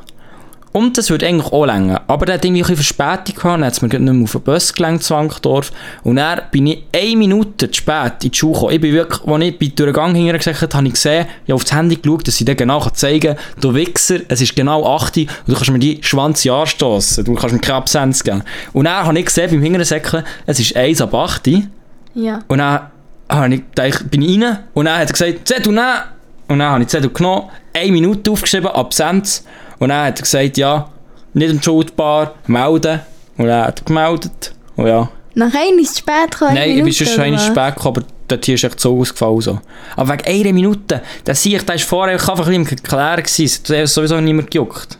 Speaker 2: Und das würde eigentlich auch länger. Aber der hat irgendwie ein bisschen Verspätung gehabt, dann hat es mir gerade nicht mehr auf den Bus gelenkt, Zwangdorf. Und dann bin ich eine Minute zu spät in die Schule gekommen. Ich bin wirklich, als ich bei durch den Gang hinterher gesagt habe, habe ich gesehen, ich habe auf das Handy geschaut, dass ich dir genau zeigen kann, du Wichser, es ist genau 8 Uhr und du kannst mir die Schwanz in den Arsch stossen, du kannst mir keine Absenz geben. Und dann habe ich gesehen, beim hinteren Säckchen, es ist 1 ab 8 Uhr.
Speaker 3: Ja.
Speaker 2: Und dann habe ich gedacht, bin ich rein und dann hat er gesagt, Zettel nehmen. Und dann habe ich Zettel genommen, eine Minute aufgeschrieben, Absenz. Und dann hat er gesagt, ja, nicht entschuldbar, melden. Und dann hat er gemeldet. Und ja.
Speaker 3: Nach einer ist spät gekommen.
Speaker 2: Nein, ich bin schon schon einmal spät gekommen, aber dort hier ist echt so ausgefallen. So. Aber wegen einer Minute, da sehe ich, da ist vorher einfach ein bisschen im Erklären gewesen. Da hat sowieso niemand gejuckt.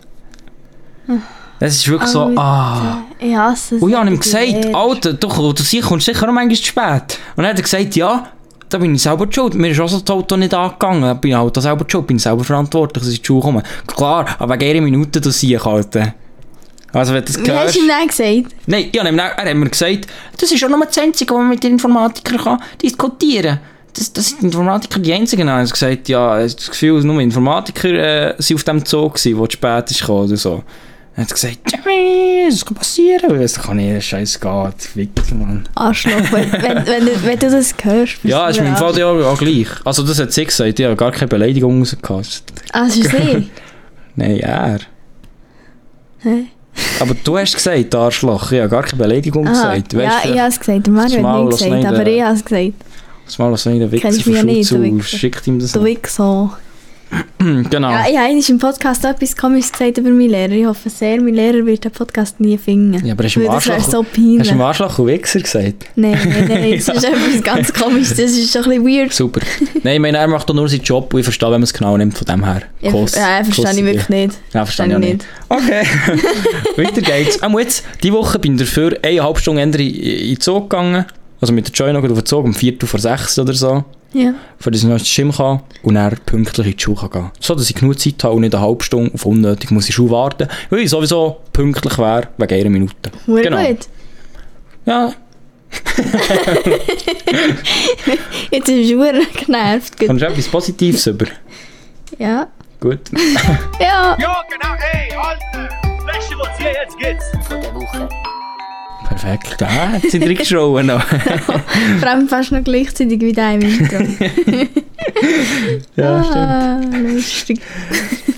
Speaker 2: Das ist wirklich so,
Speaker 3: Alter.
Speaker 2: ah.
Speaker 3: Ich hasse es.
Speaker 2: Und ich habe ihm
Speaker 3: Die
Speaker 2: gesagt,
Speaker 3: Lehrer.
Speaker 2: Alter, du, du sie- kommst sicher auch manchmal zu spät. Und dann hat er gesagt, ja, da bin ich selber die schuld. Mir ist auch so das Auto nicht angegangen. Ich bin halt da selber die schuld, bin selber verantwortlich, dass ich in die Schule komme. Klar, aber wegen einer Minute, du siehst, Alter. Also wenn du das
Speaker 3: Wie hast
Speaker 2: hörst...
Speaker 3: du ihm dann gesagt?
Speaker 2: Nein, ja, nein, nein, er hat mir gesagt, das ist auch nur das Einzige, was man mit den Informatikern kann diskutieren kann. Das, das sind die Informatiker die Einzigen. Dann habe ich gesagt, ja, ich habe das Gefühl, nur Informatiker äh, sind auf dem Zug, gewesen, der zu spät ist gekommen oder so. Dann hat er gesagt, ja, das kann passieren. Ich weiß, das kann nicht, scheißegal, Fick, Mann. (laughs)
Speaker 3: Arschloch, wenn, wenn, wenn, du- wenn du das hörst. bist
Speaker 2: Ja,
Speaker 3: du
Speaker 2: ist mir im
Speaker 3: ein
Speaker 2: Fall ja auch gleich. Also, das hat sie gesagt, ich habe gar keine Beleidigung rausgehasst.
Speaker 3: Arsch- Ah,
Speaker 2: (laughs)
Speaker 3: ist sie?
Speaker 2: Nein, er.
Speaker 3: Hä?
Speaker 2: Aber du hast gesagt, Arschloch, ich habe gar keine Beleidigung
Speaker 3: Aha.
Speaker 2: gesagt. Weißt
Speaker 3: Ah, Ja,
Speaker 2: du,
Speaker 3: ich habe es gesagt. Der Mario
Speaker 2: Schmal,
Speaker 3: hat nicht
Speaker 2: lass nicht,
Speaker 3: gesagt, aber
Speaker 2: äh,
Speaker 3: ich habe es gesagt.
Speaker 2: das Mal, was nicht der Wichser
Speaker 3: Kennst mich ja
Speaker 2: von Schulz
Speaker 3: nicht, du
Speaker 2: und
Speaker 3: Wichser.
Speaker 2: schickt ihm das
Speaker 3: Du Wichser.
Speaker 2: Genau.
Speaker 3: Ja, ich habe einmal im Podcast etwas Komisches gesagt über meinen Lehrer. Ich hoffe sehr, mein Lehrer wird den Podcast nie finden.
Speaker 2: Ja, aber hast du
Speaker 3: Weil
Speaker 2: im
Speaker 3: das wäre
Speaker 2: Arschloch-
Speaker 3: so
Speaker 2: Hast
Speaker 3: peinlich.
Speaker 2: du im
Speaker 3: Nein,
Speaker 2: Arschloch und Wichser gesagt?
Speaker 3: nein,
Speaker 2: (laughs)
Speaker 3: nein. Das ist etwas (laughs) ganz Komisches. Das ist schon ein bisschen weird. (laughs)
Speaker 2: Super. Nein, ich meine, er macht doch nur seinen Job und ich verstehe, wenn man es genau nimmt von dem her.
Speaker 3: Ja,
Speaker 2: Kuss.
Speaker 3: ja,
Speaker 2: Kuss
Speaker 3: verstehe ich
Speaker 2: dir.
Speaker 3: wirklich nicht.
Speaker 2: Ja, verstehe ich auch nicht.
Speaker 3: (laughs)
Speaker 2: Okay. Weiter geht's. Ähm, jetzt, diese Woche bin ich dafür eineinhalb Stunden eher in, in den Zug gegangen. Also mit der Joy noch auf den Zug, um viertel vor sechs oder so.
Speaker 3: Ja.
Speaker 2: Für das ich noch ins Gym kann und dann pünktlich in die Schule kann gehen So, dass ich genug Zeit habe und nicht eine halbe Stunde auf unnötig muss in die Schule warten. Weil ich sowieso pünktlich wäre, wegen einer Minute.
Speaker 3: Hure gut.
Speaker 2: Ja,
Speaker 3: Jetzt ist hure genervt. Gut.
Speaker 2: kannst du etwas Positives über.
Speaker 3: Ja.
Speaker 2: Gut.
Speaker 3: Ja.
Speaker 4: Ja, genau, ey, Alter! Fläche, was hier jetzt geht's!
Speaker 2: Perfekt. Ah, jetzt sind reingeschrauben noch.
Speaker 3: Vor allem fast noch gleichzeitig wie dein Intro.
Speaker 2: ja, stimmt.
Speaker 3: ah, lustig.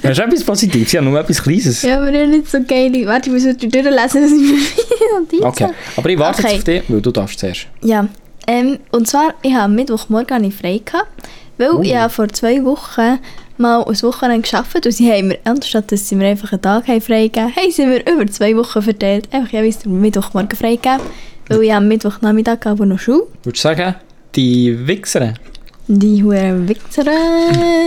Speaker 2: Hast du etwas Positives? Ja, nur etwas Kleines.
Speaker 3: Ja, aber ja nicht so geil. Warte, ich muss heute durchlesen, was ich für Notizen
Speaker 2: Okay, aber ich warte
Speaker 3: Okay.
Speaker 2: jetzt auf dich, weil du darfst zuerst.
Speaker 3: Ja, ähm, und zwar, ich habe am Mittwochmorgen habe ich frei gehabt, Weil ich habe vor zwei Wochen mal ein Wochenende gearbeitet und sie haben mir, anstatt dass sie mir einfach einen Tag haben freigegeben haben, sie mir über zwei Wochen verteilt. Einfach jeweils am Mittwochmorgen freigegeben. Weil ich am Mittwochnachmittag aber noch Schule.
Speaker 2: Würdest du sagen, die Wichser?
Speaker 3: Die huren Wichserin.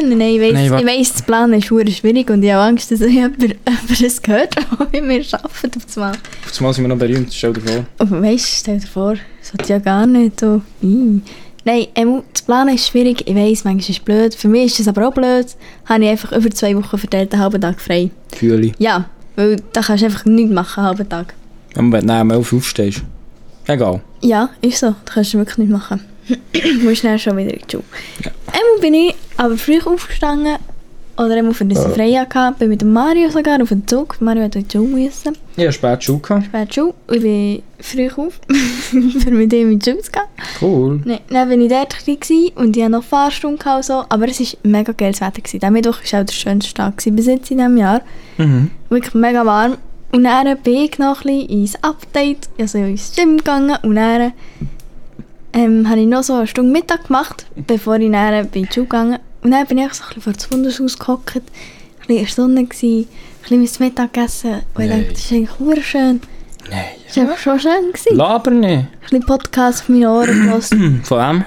Speaker 3: Nein, ich weiss,
Speaker 2: Nee, wa-
Speaker 3: ich weiss, das Plan ist huere schwierig und ich habe Angst, dass jemand, (laughs) jemand es gehört, der mit mir arbeitet auf einmal.
Speaker 2: Auf einmal sind wir noch berühmt, stell dir vor.
Speaker 3: Aber weisst, stell dir vor, das hat ja gar nicht so. Ih. Nein, ähm, das Plan ist schwierig, ich weiss, manchmal ist es blöd. Für mich ist es aber auch blöd, habe ich einfach über zwei Wochen verteilt einen halben Tag frei.
Speaker 2: Fühle ich.
Speaker 3: Ja, weil da kannst du einfach nichts machen, einen halben Tag.
Speaker 2: Wenn du am 11 Uhr aufstehst. Egal.
Speaker 3: Ja, ist so. Da kannst du wirklich nicht (clears throat) machen. du musst dann schon wieder in die Schule. Einmal bin ich aber früh aufgestanden. Oder einmal, für das ich frei hatte. Bin mit dem Mario sogar auf den Zug. Mario hat in die Schule müssen.
Speaker 2: Ich habe spät Schule gehabt.
Speaker 3: Bei der Schule. Ich bin früh (laughs) auf. für mit ihm in die Schule zu gehen.
Speaker 2: Cool.
Speaker 3: Nein, dann bin ich dort klein gsi und ich hatte noch Fahrstunde gehabt und so. Aber es war mega geiles Wetter. Gewesen. Der Mittwoch war auch der schönste Tag gewesen bis jetzt in diesem Jahr.
Speaker 2: Mhm.
Speaker 3: Wirklich mega warm. Und dann bin ich noch ein bisschen ins Update, also ins Gym gegangen. Und dann ähm, habe ich noch so eine Stunde Mittag gemacht, bevor ich dann bin in die Schule gegangen Und dann bin ich einfach so ein bisschen vor das Wundershaus gehockt. Ein bisschen in der Sonne gewesen, ein bisschen mein Mittag gegessen. Und
Speaker 2: Nein.
Speaker 3: ich dachte, das ist eigentlich super schön.
Speaker 2: Nein.
Speaker 3: Das war einfach schon schön. Gewesen.
Speaker 2: Laber nicht.
Speaker 3: Ein bisschen Podcast auf meine
Speaker 2: (clears throat)
Speaker 3: Ohren gelassen.
Speaker 2: Hm, Von wem?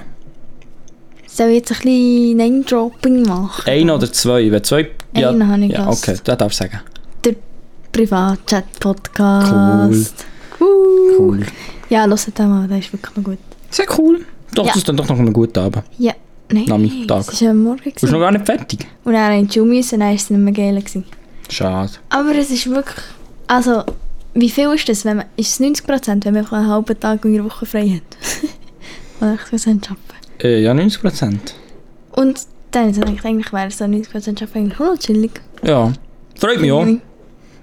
Speaker 3: Soll ich jetzt ein bisschen Name-Dropping machen?
Speaker 2: Ein oder zwei? Wenn zwei...
Speaker 3: Einen habe ich
Speaker 2: ja,
Speaker 3: gehasst.
Speaker 2: Okay, das darfst du sagen.
Speaker 3: Der Privatchat-Podcast. Cool.
Speaker 2: Cool.
Speaker 3: Ja, los den mal, der ist wirklich noch gut.
Speaker 2: Sehr cool. Doch,
Speaker 3: Ja.
Speaker 2: das ist dann doch noch ein guter Abend. Du
Speaker 3: Ja, nein.
Speaker 2: Nachmittag.
Speaker 3: Es war am Morgen.
Speaker 2: bist noch
Speaker 3: gewesen.
Speaker 2: gar nicht fertig.
Speaker 3: Und dann in die Schule müssen, dann war es nicht mehr geil. Gewesen.
Speaker 2: Schade.
Speaker 3: Aber es ist wirklich. Also, wie viel ist das? Wenn man, ist es 90%, wenn man einfach einen halben Tag in der Woche frei (laughs) hat? Oder 80% arbeiten.
Speaker 2: Äh, ja, 90 Prozent.
Speaker 3: Und dann habe ich so gedacht, eigentlich wäre es so 90% arbeiten eigentlich auch noch chillig.
Speaker 2: Ja. Freut mich auch.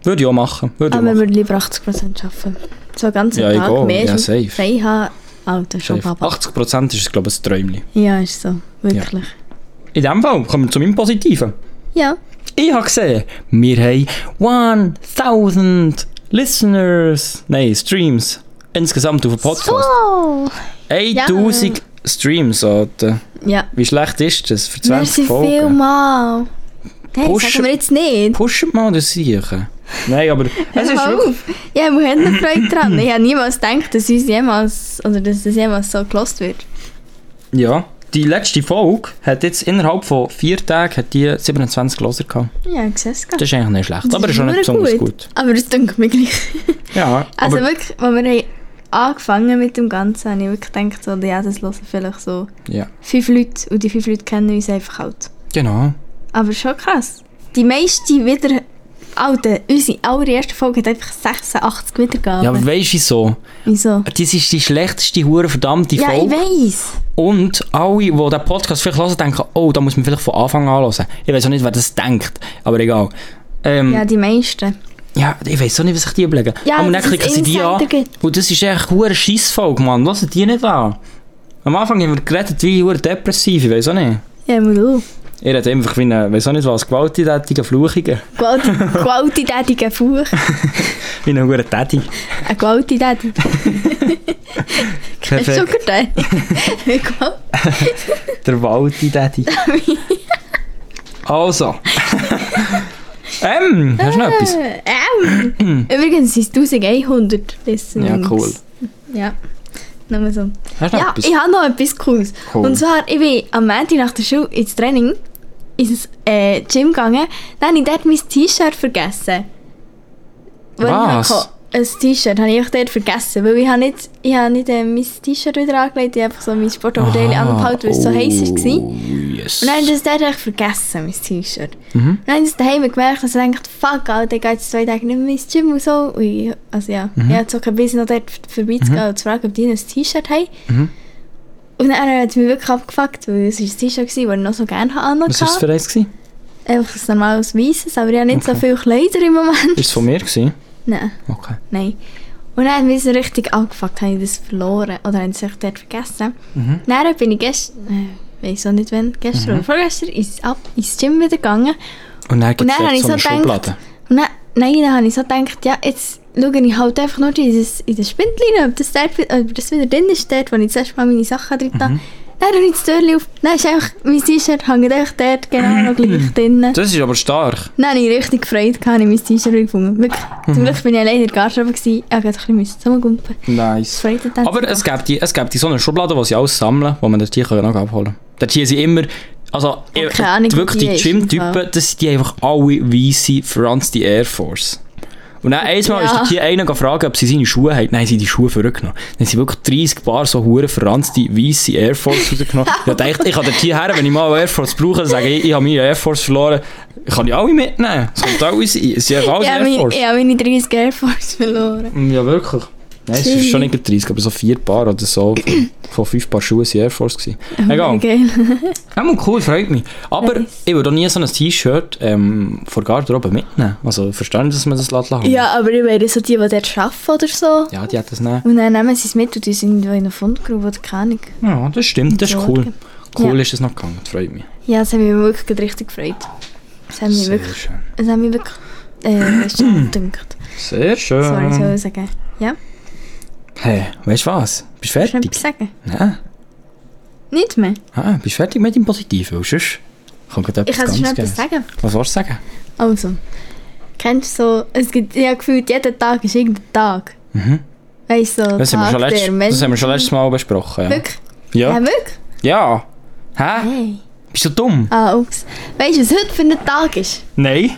Speaker 2: Würde ich auch machen. Würde ich
Speaker 3: Aber Ah, wir
Speaker 2: machen.
Speaker 3: würden lieber 80% arbeiten. So einen ganzen
Speaker 2: Ja, ich
Speaker 3: Tag
Speaker 2: auch.
Speaker 3: mehr
Speaker 2: Ja,
Speaker 3: schon
Speaker 2: safe.
Speaker 3: frei haben. Alter, schon
Speaker 2: Safe.
Speaker 3: Papa.
Speaker 2: 80 Prozent ist, glaube ich, ein Träumchen.
Speaker 3: Ja, ist so. Wirklich.
Speaker 2: In dem Fall kommen wir zu meinem Positiven.
Speaker 3: Ja.
Speaker 2: Ich habe gesehen, wir haben 1000 Listeners, nein, Streams insgesamt auf dem Podcast.
Speaker 3: So!
Speaker 2: 1000 Streams, Alter.
Speaker 3: Ja.
Speaker 2: Wie schlecht ist das für 20
Speaker 3: Merci
Speaker 2: Folgen?
Speaker 3: vielmal. Hey,
Speaker 2: Push-
Speaker 3: sagen wir jetzt nicht.
Speaker 2: Pushen mal das sicher. Nein,
Speaker 3: (laughs)
Speaker 2: aber es ist
Speaker 3: Hör
Speaker 2: wirklich...
Speaker 3: auf. Ich habe eine Freude dran. Ich habe niemals gedacht, dass uns jemals, oder dass das jemals so gelost wird.
Speaker 2: Ja, die letzte Folge hat jetzt innerhalb von vier Tagen hat die 27 Loser gehabt.
Speaker 3: Ja, ich sehe es
Speaker 2: Das ist eigentlich nicht schlecht, aber ist auch nicht
Speaker 3: verdammt
Speaker 2: besonders gut.
Speaker 3: Aber das denkt mir gleich. Ah,
Speaker 2: Ja,
Speaker 3: Also
Speaker 2: aber...
Speaker 3: wirklich, als wir haben angefangen mit dem Ganzen, habe ich wirklich gedacht, so, ja, das hören vielleicht so
Speaker 2: Ja,
Speaker 3: fünf Leute und die fünf Leute kennen uns einfach halt.
Speaker 2: genau.
Speaker 3: Aber schon krass. Die meisten wieder... Alter, unsere allererste Folge hat einfach 86 Wiedergaben.
Speaker 2: Ja, aber weisst du wieso?
Speaker 3: Wieso?
Speaker 2: Das ist die schlechteste, hure verdammte
Speaker 3: Ja, ich
Speaker 2: Folge.
Speaker 3: weiß.
Speaker 2: Und alle, die den Podcast vielleicht hören, denken, oh, da muss man vielleicht von Anfang an hören. Ich weiß auch nicht, wer das denkt, aber egal. Ähm,
Speaker 3: Ja,
Speaker 2: ja.
Speaker 3: die meisten.
Speaker 2: ich weiß auch nicht, was sich die überlegen.
Speaker 3: Ja,
Speaker 2: Aber dann
Speaker 3: dass es
Speaker 2: klicken sie die dus
Speaker 3: Insider
Speaker 2: an.
Speaker 3: gibt.
Speaker 2: Und das ist echt eine Scheissfolge, Mann. Lassen die nicht an. Am Anfang haben wir geredet wie hure depressiv, ich weiß auch nicht.
Speaker 3: Ja, mal du.
Speaker 2: Ihr redet einfach wie ein, weiß auch nicht was, gewalttätiger Fluchiger. (laughs)
Speaker 3: Gewalt- Gewalttätiger Fuch.
Speaker 2: Wie ein hure Teddy.
Speaker 3: Ein Gewalttätiger. Ein
Speaker 2: Perfekt.
Speaker 3: Sugar-Daddy. Ein Gewalt-
Speaker 2: Der Walti Daddy. (laughs) also. ähm, hast du noch etwas?
Speaker 3: Äh, ähm. Übrigens sind es 1100 Listenings.
Speaker 2: Ja, cool.
Speaker 3: Ja, nur so.
Speaker 2: Hast du noch
Speaker 3: Ja,
Speaker 2: etwas?
Speaker 3: ich habe noch etwas Cooles.
Speaker 2: Cool.
Speaker 3: Und zwar, ich bin am Montag nach der Schule ins Training, ins äh, Gym gegangen, dann habe ich dort mein T-Shirt vergessen. Wo ich
Speaker 2: Was?
Speaker 3: hatte. Ein T-Shirt habe ich einfach dort vergessen, weil ich habe nicht, ich habe nicht äh, mein T-Shirt wieder angelegt, ich habe einfach so mein Sportoverteil
Speaker 2: Ah,
Speaker 3: angehalten, weil es
Speaker 2: oh.
Speaker 3: so heiß war.
Speaker 2: Yes.
Speaker 3: Und dann habe ich das dort echt vergessen, mein T-Shirt.
Speaker 2: Mhm.
Speaker 3: Und dann habe ich das daheim gemerkt und habe gedacht, fuck, Alter, ich gehe jetzt zwei Tage nicht mehr ins Gym und so. Und ich, also
Speaker 2: Mhm.
Speaker 3: ja, ich hatte so keinen Biss, noch dort vorbeizugehen und zu fragen, ob die noch ein T-Shirt haben.
Speaker 2: Mhm.
Speaker 3: Und dann hat es mich wirklich abgefuckt, weil es war ein T-Shirt, das ich noch so gerne anhatte.
Speaker 2: Was war das für eins? gewesen?
Speaker 3: Einfach ein normales weißes, aber ich habe nicht so viele Kleider im Moment.
Speaker 2: Ist es von mir? Gewesen?
Speaker 3: Nein,
Speaker 2: Okay.
Speaker 3: nein. Und dann hat mich so richtig abgefuckt, habe ich das dus verloren oder habe ich es dus echt dort vergessen. Dann bin ich gestern, äh, weiß auch nicht wann, gestern oder vorgestern, ins, ab, ins Gym wieder gegangen.
Speaker 2: Und dann
Speaker 3: Und
Speaker 2: gibt
Speaker 3: dann habe
Speaker 2: es
Speaker 3: ich
Speaker 2: so
Speaker 3: so
Speaker 2: eine
Speaker 3: gedacht,
Speaker 2: Schublade.
Speaker 3: und dann, nein, dann habe ich so gedacht, ja, jetzt schaue ich halt einfach eh, nur in das, in das Spindlein, ob das, dort, ob das wieder drin ist, dort, wo ich zuerst mal meine Sachen drin habe. Dann Er hat nicht das Türchen auf. Dann ist einfach, mein T-Shirt hängt echt dort genau noch gleich drin.
Speaker 2: Das ist aber stark.
Speaker 3: Dann habe ich richtig Freude gehabt, habe ich mein T-Shirt gefunden. Wirklich. Zum Glück bin ich allein in der Garderobe gewesen. Ich musste ein bisschen zusammengumpen.
Speaker 2: Nice.
Speaker 3: Freude hat
Speaker 2: Aber es gibt, die, es gibt die so eine Schublade, wo sie alles sammeln, wo man dort hier noch abholen kann. Dort hier sind immer, also
Speaker 3: Oh, keine Ahnung,
Speaker 2: die, wirklich
Speaker 3: wie
Speaker 2: die
Speaker 3: die ist im Fall.
Speaker 2: Gym-Typen, das sind die einfach alle weisse Franz die Air Force. Und dann einmal
Speaker 3: Ja.
Speaker 2: ist dort hier einer gefragt, ob sie seine Schuhe hat. Nein, sie haben die Schuhe vorgenommen. Dann haben sie wirklich 30 Paar so hure verranzte weisse Air Force
Speaker 3: (laughs)
Speaker 2: rausgenommen. ich dachte, ich kann dort hierher, wenn ich mal eine Air Force brauche, sage ich, ich habe meine Air Force verloren. Ich kann die alle mitnehmen. Es kommt alles, sie haben alle
Speaker 3: Ich habe
Speaker 2: Air
Speaker 3: meine,
Speaker 2: Force.
Speaker 3: ich habe meine 30 Air Force verloren.
Speaker 2: Ja, wirklich. Nein, es ist schon nicht gerade 30, aber so vier Paar oder (clears throat) so. von- Von fünf Paar Schuhe waren Air Force. Gewesen. Egal.
Speaker 3: Geil.
Speaker 2: (laughs) Einmal cool, freut mich. Aber ich würde auch nie so ein T-Shirt ähm, von Garderobe mitnehmen. Also verstehen Sie, dass man das lassen lässt?
Speaker 3: Ja, aber ich wäre so die, die dort arbeiten oder so.
Speaker 2: Ja, die hat das nicht.
Speaker 3: Und dann nehmen sie es mit und die sind irgendwo in einer Fundgrube oder keine Ahnung.
Speaker 2: Ja, das stimmt, das ist cool. Cool
Speaker 3: Ja.
Speaker 2: ist das noch gegangen, das freut mich.
Speaker 3: Ja, das hat mich wirklich gerade richtig gefreut. Das hat mich
Speaker 2: Sehr
Speaker 3: wirklich,
Speaker 2: schön.
Speaker 3: das hat mich wirklich
Speaker 2: (clears throat)
Speaker 3: äh, schön gedacht.
Speaker 2: Sehr schön.
Speaker 3: Sorry, soll ich sagen. Ja,
Speaker 2: Hey, weißt du was? Bist du
Speaker 3: kannst du
Speaker 2: fertig?
Speaker 3: etwas sagen?
Speaker 2: Nein.
Speaker 3: Nicht mehr.
Speaker 2: Ah, bist du fertig mit dem Positiven? weil Sonst kommt gerade
Speaker 3: Ich
Speaker 2: etwas
Speaker 3: kann
Speaker 2: ganz
Speaker 3: schon etwas
Speaker 2: Geiles.
Speaker 3: sagen.
Speaker 2: Was wolltest du sagen?
Speaker 3: Also, kennst du so, es gibt, ich habe gefühlt, jeden Tag ist irgendein Tag. Mhm. Weißt du, so,
Speaker 2: Das haben, wir
Speaker 3: Tag
Speaker 2: schon
Speaker 3: der
Speaker 2: letztes,
Speaker 3: Menschen.
Speaker 2: das haben wir schon letztes Mal besprochen. Ja.
Speaker 3: Wirklich? Ja,
Speaker 2: Ja.
Speaker 3: wirklich?
Speaker 2: ja. Hä?
Speaker 3: Hey.
Speaker 2: Bist du dumm?
Speaker 3: Ah, ups. Weißt du, was heute für ein Tag ist?
Speaker 2: Nein.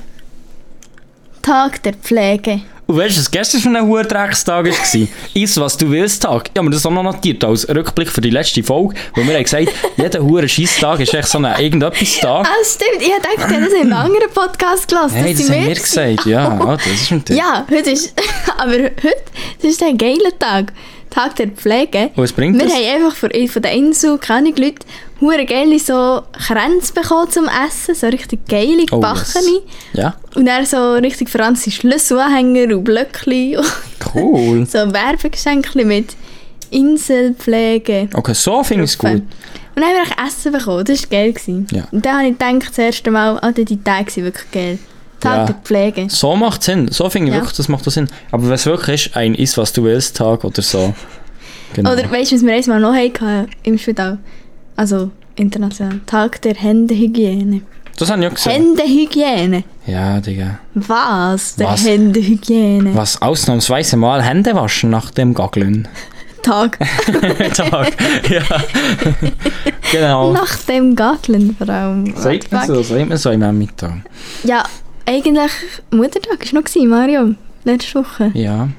Speaker 3: Tag der Pflege.
Speaker 2: Und weißt du, was gestern für ein hoher Dreckstag war?
Speaker 3: (laughs)
Speaker 2: Ist, was du willst, Tag. Ja, aber das haben wir noch notiert als Rückblick für die letzte Folge, wo wir haben
Speaker 3: (laughs)
Speaker 2: gesagt jeder hoher Scheiss-Tag ist echt so ein Irgendetwas-Tag.
Speaker 3: Ah, stimmt. Ich dachte, das haben wir in einem anderen Podcast gelassen.
Speaker 2: Hey, das
Speaker 3: sind
Speaker 2: haben wir gesagt. Ja,
Speaker 3: (laughs)
Speaker 2: ah, das ist ein Tipp.
Speaker 3: dus Ja, Ah, heute (laughs) ist. Aber heute das ist ein geiler Tag. Tag der Pflege.
Speaker 2: Und was bringt
Speaker 3: wir
Speaker 2: das?
Speaker 3: haben einfach von, von der Insel, keine Ahnung, Leute, hure geile so Kränze bekommen zum Essen. So richtig geile
Speaker 2: Oh,
Speaker 3: gebackene.
Speaker 2: Ja,
Speaker 3: Und dann so richtig franzische Schlüsselanhänger und (laughs) Blöckli. und
Speaker 2: cool.
Speaker 3: so Werbegeschenke mit Inselpflege.
Speaker 2: Okay, so finde ich es gut.
Speaker 3: Und dann haben wir echt Essen bekommen. Das war geil. Gewesen.
Speaker 2: Ja.
Speaker 3: Und dann habe ich gedacht, das erste Mal, Alter, die Tage sind wirklich geil. Tag
Speaker 2: Ja.
Speaker 3: der Pflege.
Speaker 2: So macht es Sinn. So finde ich
Speaker 3: Ja.
Speaker 2: wirklich, das macht auch Sinn. Aber was wirklich ist, ein Ist, was du willst, Tag oder so. Genau.
Speaker 3: Oder weißt du, was wir einmal noch hatten im Spital? Also international. Tag der Händehygiene.
Speaker 2: das habe ich auch gesehen.
Speaker 3: Händehygiene?
Speaker 2: Ja, Digga.
Speaker 3: Was? Der
Speaker 2: Was?
Speaker 3: Händehygiene.
Speaker 2: Was ausnahmsweise mal Hände waschen nach dem Gaggeln.
Speaker 3: Tag
Speaker 2: Tag. ja. genau.
Speaker 3: nach dem Gatteln vor allem.
Speaker 2: Sagt man so, sagt man so im Nachmittag.
Speaker 3: Ja, eigentlich Muttertag war noch, gewesen, Mario.
Speaker 2: (laughs)
Speaker 3: Letzte Woche.
Speaker 2: Ja.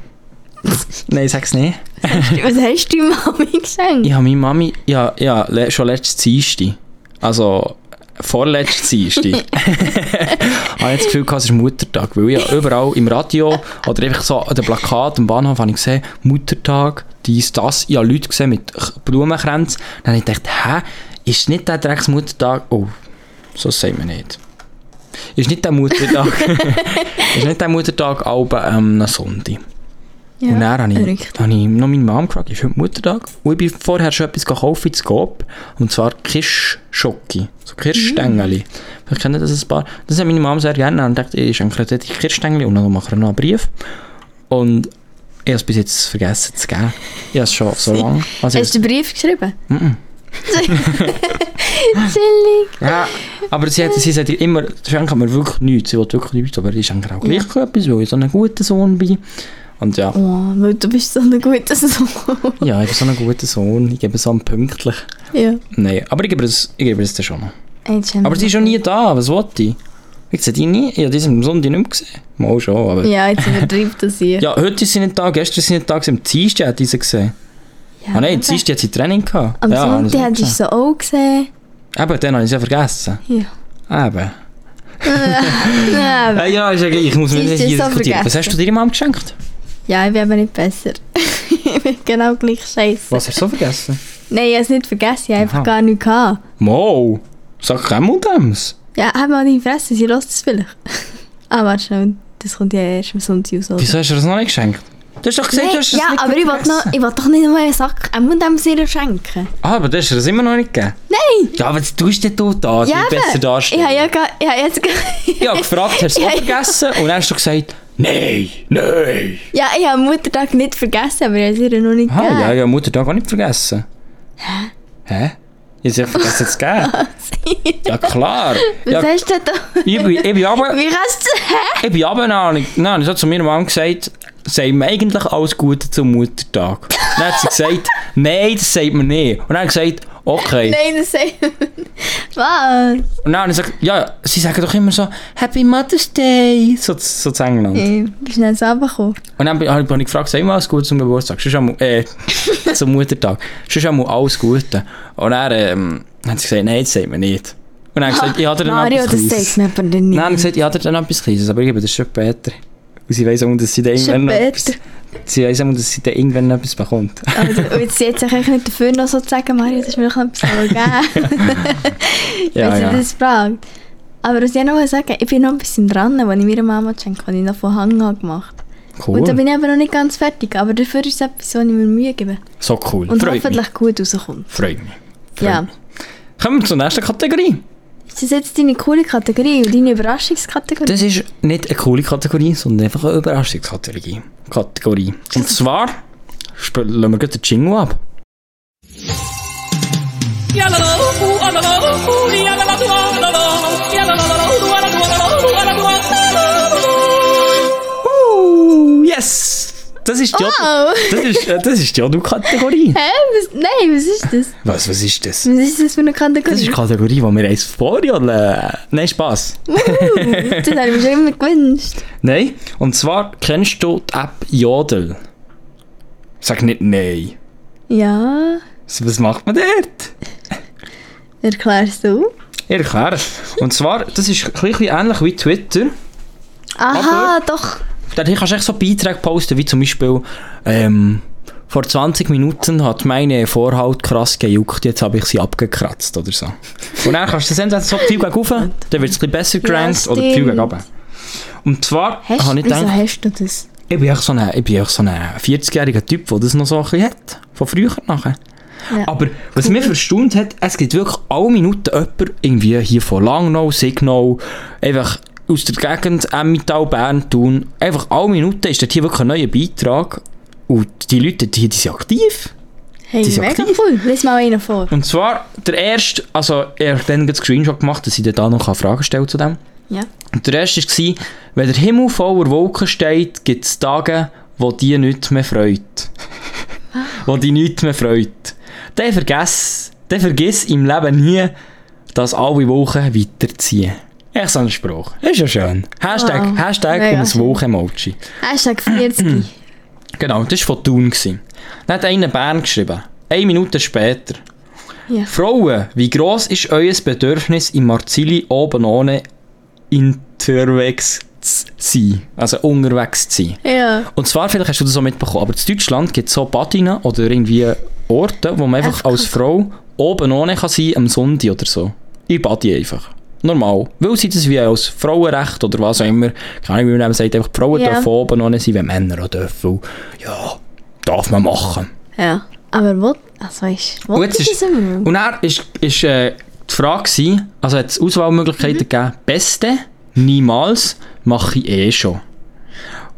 Speaker 2: Nein, sag's nicht.
Speaker 3: Was hast du Mami geschenkt?
Speaker 2: Ich habe meine Mami ja, ja, le schon letztes Dienstag, also vorletztes Dienstag, (laughs) habe ich das Gefühl, gehabt, es ist Muttertag, weil ja überall im Radio oder einfach so an den Plakaten am Bahnhof habe ich gesehen, Muttertag, dies, das. Ich habe Leute gesehen mit K- Blumenkränzen. Dann habe ich gedacht, hä, ist nicht der Drecks Muttertag? Oh, so sagt man nicht. Ist nicht der Muttertag. (laughs) ist nicht der Muttertag, aber ähm, ein Sonntag.
Speaker 3: Ja,
Speaker 2: Und dann habe ich,
Speaker 3: verrückt.
Speaker 2: habe ich noch meine Mom gefragt, ist heute Muttertag? Und ich bin vorher schon etwas gekauft ins Coop. Und zwar Kirschschocke. So
Speaker 3: Mhm.
Speaker 2: Kirschstängeli. Vielleicht kennen das ein paar. Das hat meine Mom sehr gerne. Und ich dachte, ich schenke ihr dort die Kirschstängeli und dann machen wir noch einen Brief. Und ich habe es bis jetzt vergessen zu geben. Ich habe es schon
Speaker 3: (laughs)
Speaker 2: so lange. Also
Speaker 3: Hast
Speaker 2: ich,
Speaker 3: du einen Brief geschrieben? Mhm. (laughs) Chillig.
Speaker 2: ja, aber sie, hat, sie sagt ihr immer, sie schenkt mir wirklich nichts. Sie will wirklich nichts, aber ich schenke ihr auch gleich etwas, weil ich so ein guter Sohn bin. Und ja,
Speaker 3: Oh, weil du bist so ein guter Sohn.
Speaker 2: ja, ich bin so ein guter Sohn. Ich gebe so einen pünktlich.
Speaker 3: ja.
Speaker 2: Nein, aber ich gebe es, ich gebe es dir schon noch.
Speaker 3: Jetzt haben
Speaker 2: Aber
Speaker 3: wir-
Speaker 2: sie ist schon nie da, was wollte ich? Ich sehe die nie, ich habe die am Sonntag nicht mehr gesehen. Mal schon, aber... Ja.
Speaker 3: Ja, jetzt übertreibt das hier.
Speaker 2: heute ist sie nicht da, gestern ist sie nicht da, gewesen, am Dienstag hat ich sie gesehen.
Speaker 3: Ja,
Speaker 2: ah nein,
Speaker 3: eben.
Speaker 2: am Dienstag hat sie Training gehabt.
Speaker 3: Am
Speaker 2: ja, habe ich
Speaker 3: Sonntag
Speaker 2: sie
Speaker 3: hat ich
Speaker 2: gesehen.
Speaker 3: so auch gesehen.
Speaker 2: Eben, dann habe ich sie vergessen.
Speaker 3: Ja. (laughs)
Speaker 2: Eben.
Speaker 3: Ja,
Speaker 2: Äh, ja, ist ja gleich, ich muss mir
Speaker 3: Sie ist
Speaker 2: nicht
Speaker 3: das
Speaker 2: hier
Speaker 3: so
Speaker 2: diskutieren. Was
Speaker 3: vergessen.
Speaker 2: hast du dir Mom geschenkt?
Speaker 3: ja, ich bin aber nicht besser. (laughs) ich bin genau gleich scheiße.
Speaker 2: Was hast du so vergessen?
Speaker 3: Nein, ich habe es nicht vergessen, ich habe
Speaker 2: Aha.
Speaker 3: einfach gar nichts gehabt.
Speaker 2: Mo, sag kein und Ems.
Speaker 3: Ja, hab mal deine Fresse, sie lässt es vielleicht. (laughs) ah, warte schnell, das kommt ja erst am Sonntag raus. oder?
Speaker 2: Wieso hast du das noch nicht geschenkt? Du hast doch gesagt,
Speaker 3: Nein,
Speaker 2: du hast es
Speaker 3: ja,
Speaker 2: nicht
Speaker 3: aber ich wollte
Speaker 2: vergessen.
Speaker 3: noch- ich will doch nicht mal einen Sack am Mundemsir schenken.
Speaker 2: Ah, aber du hast es immer noch nicht gegeben.
Speaker 3: Nein!
Speaker 2: Ja, aber jetzt tust du denn da, damit
Speaker 3: Ja,
Speaker 2: du besser
Speaker 3: eben.
Speaker 2: darstellen.
Speaker 3: Ich habe ja, gar- ich habe jetzt gar- (laughs)
Speaker 2: Ich habe gefragt, hast du es
Speaker 3: Ja,
Speaker 2: auch
Speaker 3: ja.
Speaker 2: vergessen? Und dann hast du gesagt, nein, nein.
Speaker 3: ja, ich habe Muttertag nicht vergessen, aber ich habe es ihr noch nicht
Speaker 2: Aha, Ah, ja,
Speaker 3: gegeben.
Speaker 2: ja, Muttertag auch nicht vergessen. Hä? Hä? Ich Ich habe vergessen zu
Speaker 3: (laughs)
Speaker 2: geben. Ja klar.
Speaker 3: Ah, Was
Speaker 2: Ja,
Speaker 3: hast du da?
Speaker 2: ich bin, ich bin
Speaker 3: (laughs)
Speaker 2: runter-
Speaker 3: Wie kannst du... Hä?
Speaker 2: Ich bin runter, dann habe ich, dann habe ich so zu meiner Mom gesagt, sei mir eigentlich alles Gute zum Muttertag. Dann hat sie gesagt, (laughs) nein, das sagt man nicht. Und dann habe ich gesagt, okay.
Speaker 3: Nein, das sagt Was?
Speaker 2: Und dann habe ich gesagt, ja, sie sagen doch immer so, Happy Mother's Day, so, so zu England.
Speaker 3: Hey, bist du nicht runtergekommen?
Speaker 2: Und dann bin- habe ich- habe ich gefragt, sei mal alles Gute zum Geburtstag, sonst einmal,
Speaker 3: (laughs)
Speaker 2: äh, zum Muttertag, sonst einmal alles Gute. Und dann ähm, hat sie gesagt, nein, das sagt man nicht. Und dann habe ich gesagt, ich habe dir dann
Speaker 3: Mario,
Speaker 2: etwas
Speaker 3: das
Speaker 2: Kleines.»
Speaker 3: sagt man aber nicht.
Speaker 2: Nein, ich gesagt, ich hatte dann etwas Kleines, aber ich gebe das schon später. Und sie weiss auch, dass sie dann irgendwann noch
Speaker 3: später.
Speaker 2: etwas, sie weiss auch, dass sie dann irgendwann noch etwas bekommt.
Speaker 3: Also, und jetzt jetzt eigentlich nicht dafür noch so zu sagen, Mario, das ist mir noch etwas
Speaker 2: (laughs)
Speaker 3: gegeben,
Speaker 2: ja,
Speaker 3: wenn
Speaker 2: ja.
Speaker 3: sie das fragt. Aber was ich noch sagen ich bin noch ein bisschen dran, als ich meiner Mama geschenkt habe, ich noch von Hang an gemacht.
Speaker 2: Cool.
Speaker 3: Und da bin ich aber noch nicht ganz fertig, aber dafür ist es etwas, wo ich mir Mühe gebe.
Speaker 2: So cool.
Speaker 3: Und
Speaker 2: Freut mich.
Speaker 3: hoffentlich gut rauskommt.
Speaker 2: Freut mich.
Speaker 3: Ja.
Speaker 2: Kommen wir zur nächsten Kategorie.
Speaker 3: Ist das jetzt deine coole Kategorie und deine Überraschungskategorie?
Speaker 2: Das ist nicht eine coole Kategorie, sondern einfach eine Überraschungskategorie. Kategorie. Und zwar spielen wir gleich den Jingle ab. Uh, yes! Das ist die,
Speaker 3: Wow.
Speaker 2: das ist, äh, das ist die Odu-Kategorie.
Speaker 3: Oh, Hä? Was, nein, was ist das?
Speaker 2: Was, was ist das?
Speaker 3: Was ist das für eine Kategorie?
Speaker 2: Das ist die Kategorie, die wir eins vorjodeln. Nein, Spass.
Speaker 3: das habe ich mir schon immer gewünscht.
Speaker 2: Nein. Und zwar kennst du die App Jodel. Sag nicht nein.
Speaker 3: Ja,
Speaker 2: Was macht man dort?
Speaker 3: erklärst du?
Speaker 2: Ich erkläre es. Und zwar, das ist ein bisschen ähnlich wie Twitter.
Speaker 3: Aha, doch.
Speaker 2: Dort kannst du echt so Beiträge posten, wie zum Beispiel ähm, vor 20 Minuten hat meine Vorhaut krass gejuckt, jetzt habe ich sie abgekratzt oder so. Und dann kannst du das entweder so viel gegen rauf, dann wird es ein bisschen besser gerankt oder viel
Speaker 3: stimmt.
Speaker 2: gegen runter. Und zwar
Speaker 3: Hast,
Speaker 2: habe ich
Speaker 3: wieso
Speaker 2: gedacht,
Speaker 3: hast du das?
Speaker 2: ich bin echt so ein, ich bin echt so ein 40-jähriger Typ, der das noch so ein bisschen hat, von früher nachher.
Speaker 3: Ja.
Speaker 2: Aber was mich verstaunt hat, es gibt wirklich alle Minuten jemanden, irgendwie hier von Langnau, Signal, einfach aus der Gegend, Emmental, Bern, Thun, einfach alle Minuten ist dort hier wirklich ein neuer Beitrag und die Leute die, die sind aktiv.
Speaker 3: Hey,
Speaker 2: Die ist
Speaker 3: mega
Speaker 2: aktiv.
Speaker 3: cool. Lies mal einen vor.
Speaker 2: Und zwar der erste, also er hat dann einen Screenshot gemacht, dass ich dir da noch Fragen stellen zu dem.
Speaker 3: Ja.
Speaker 2: Und der erste war, wenn der Himmel voller Wolken steht, gibt es Tage, wo die nicht mehr freut.
Speaker 3: (laughs)
Speaker 2: wo die nicht mehr freut. Dann vergiss, dann vergiss im Leben nie, dass alle Wochen weiterziehen. Echt so ein Spruch. Ist ja schön. Hashtag,
Speaker 3: Wow.
Speaker 2: Hashtag
Speaker 3: Ah, Mega
Speaker 2: um das
Speaker 3: schön.
Speaker 2: Wochen-Emoji. (clears throat)
Speaker 3: Hashtag 40.
Speaker 2: Genau, das war von Thun. gewesen. Dann hat einer Bern geschrieben. Eine Minute später.
Speaker 3: Ja.
Speaker 2: Frauen, wie gross ist euer Bedürfnis im Marzili oben ohne unterwegs zu sein? Also unterwegs zu sein.
Speaker 3: ja.
Speaker 2: Und zwar, vielleicht hast du das auch mitbekommen, aber in Deutschland gibt es so Badinen oder irgendwie Orte, wo man einfach
Speaker 3: Echt?
Speaker 2: als Frau oben ohne kann sein am Sonntag oder so. Ich bade einfach. Normal. Weil sie das wie als Frauenrecht oder was auch immer, keine Ahnung, wie man eben sagt, einfach die Frauen
Speaker 3: Ja.
Speaker 2: dürfen oben ohne sein, wenn Männer auch dürfen. Ja, darf man machen.
Speaker 3: Ja. Aber wo? Also weißt wo
Speaker 2: Und jetzt
Speaker 3: ist
Speaker 2: ist-
Speaker 3: das
Speaker 2: (laughs)
Speaker 3: immer?
Speaker 2: Und dann ist, ist, äh, die Frage, gewesen, also hat es Auswahlmöglichkeiten
Speaker 3: Mhm.
Speaker 2: gegeben, Beste, niemals, mache ich eh schon.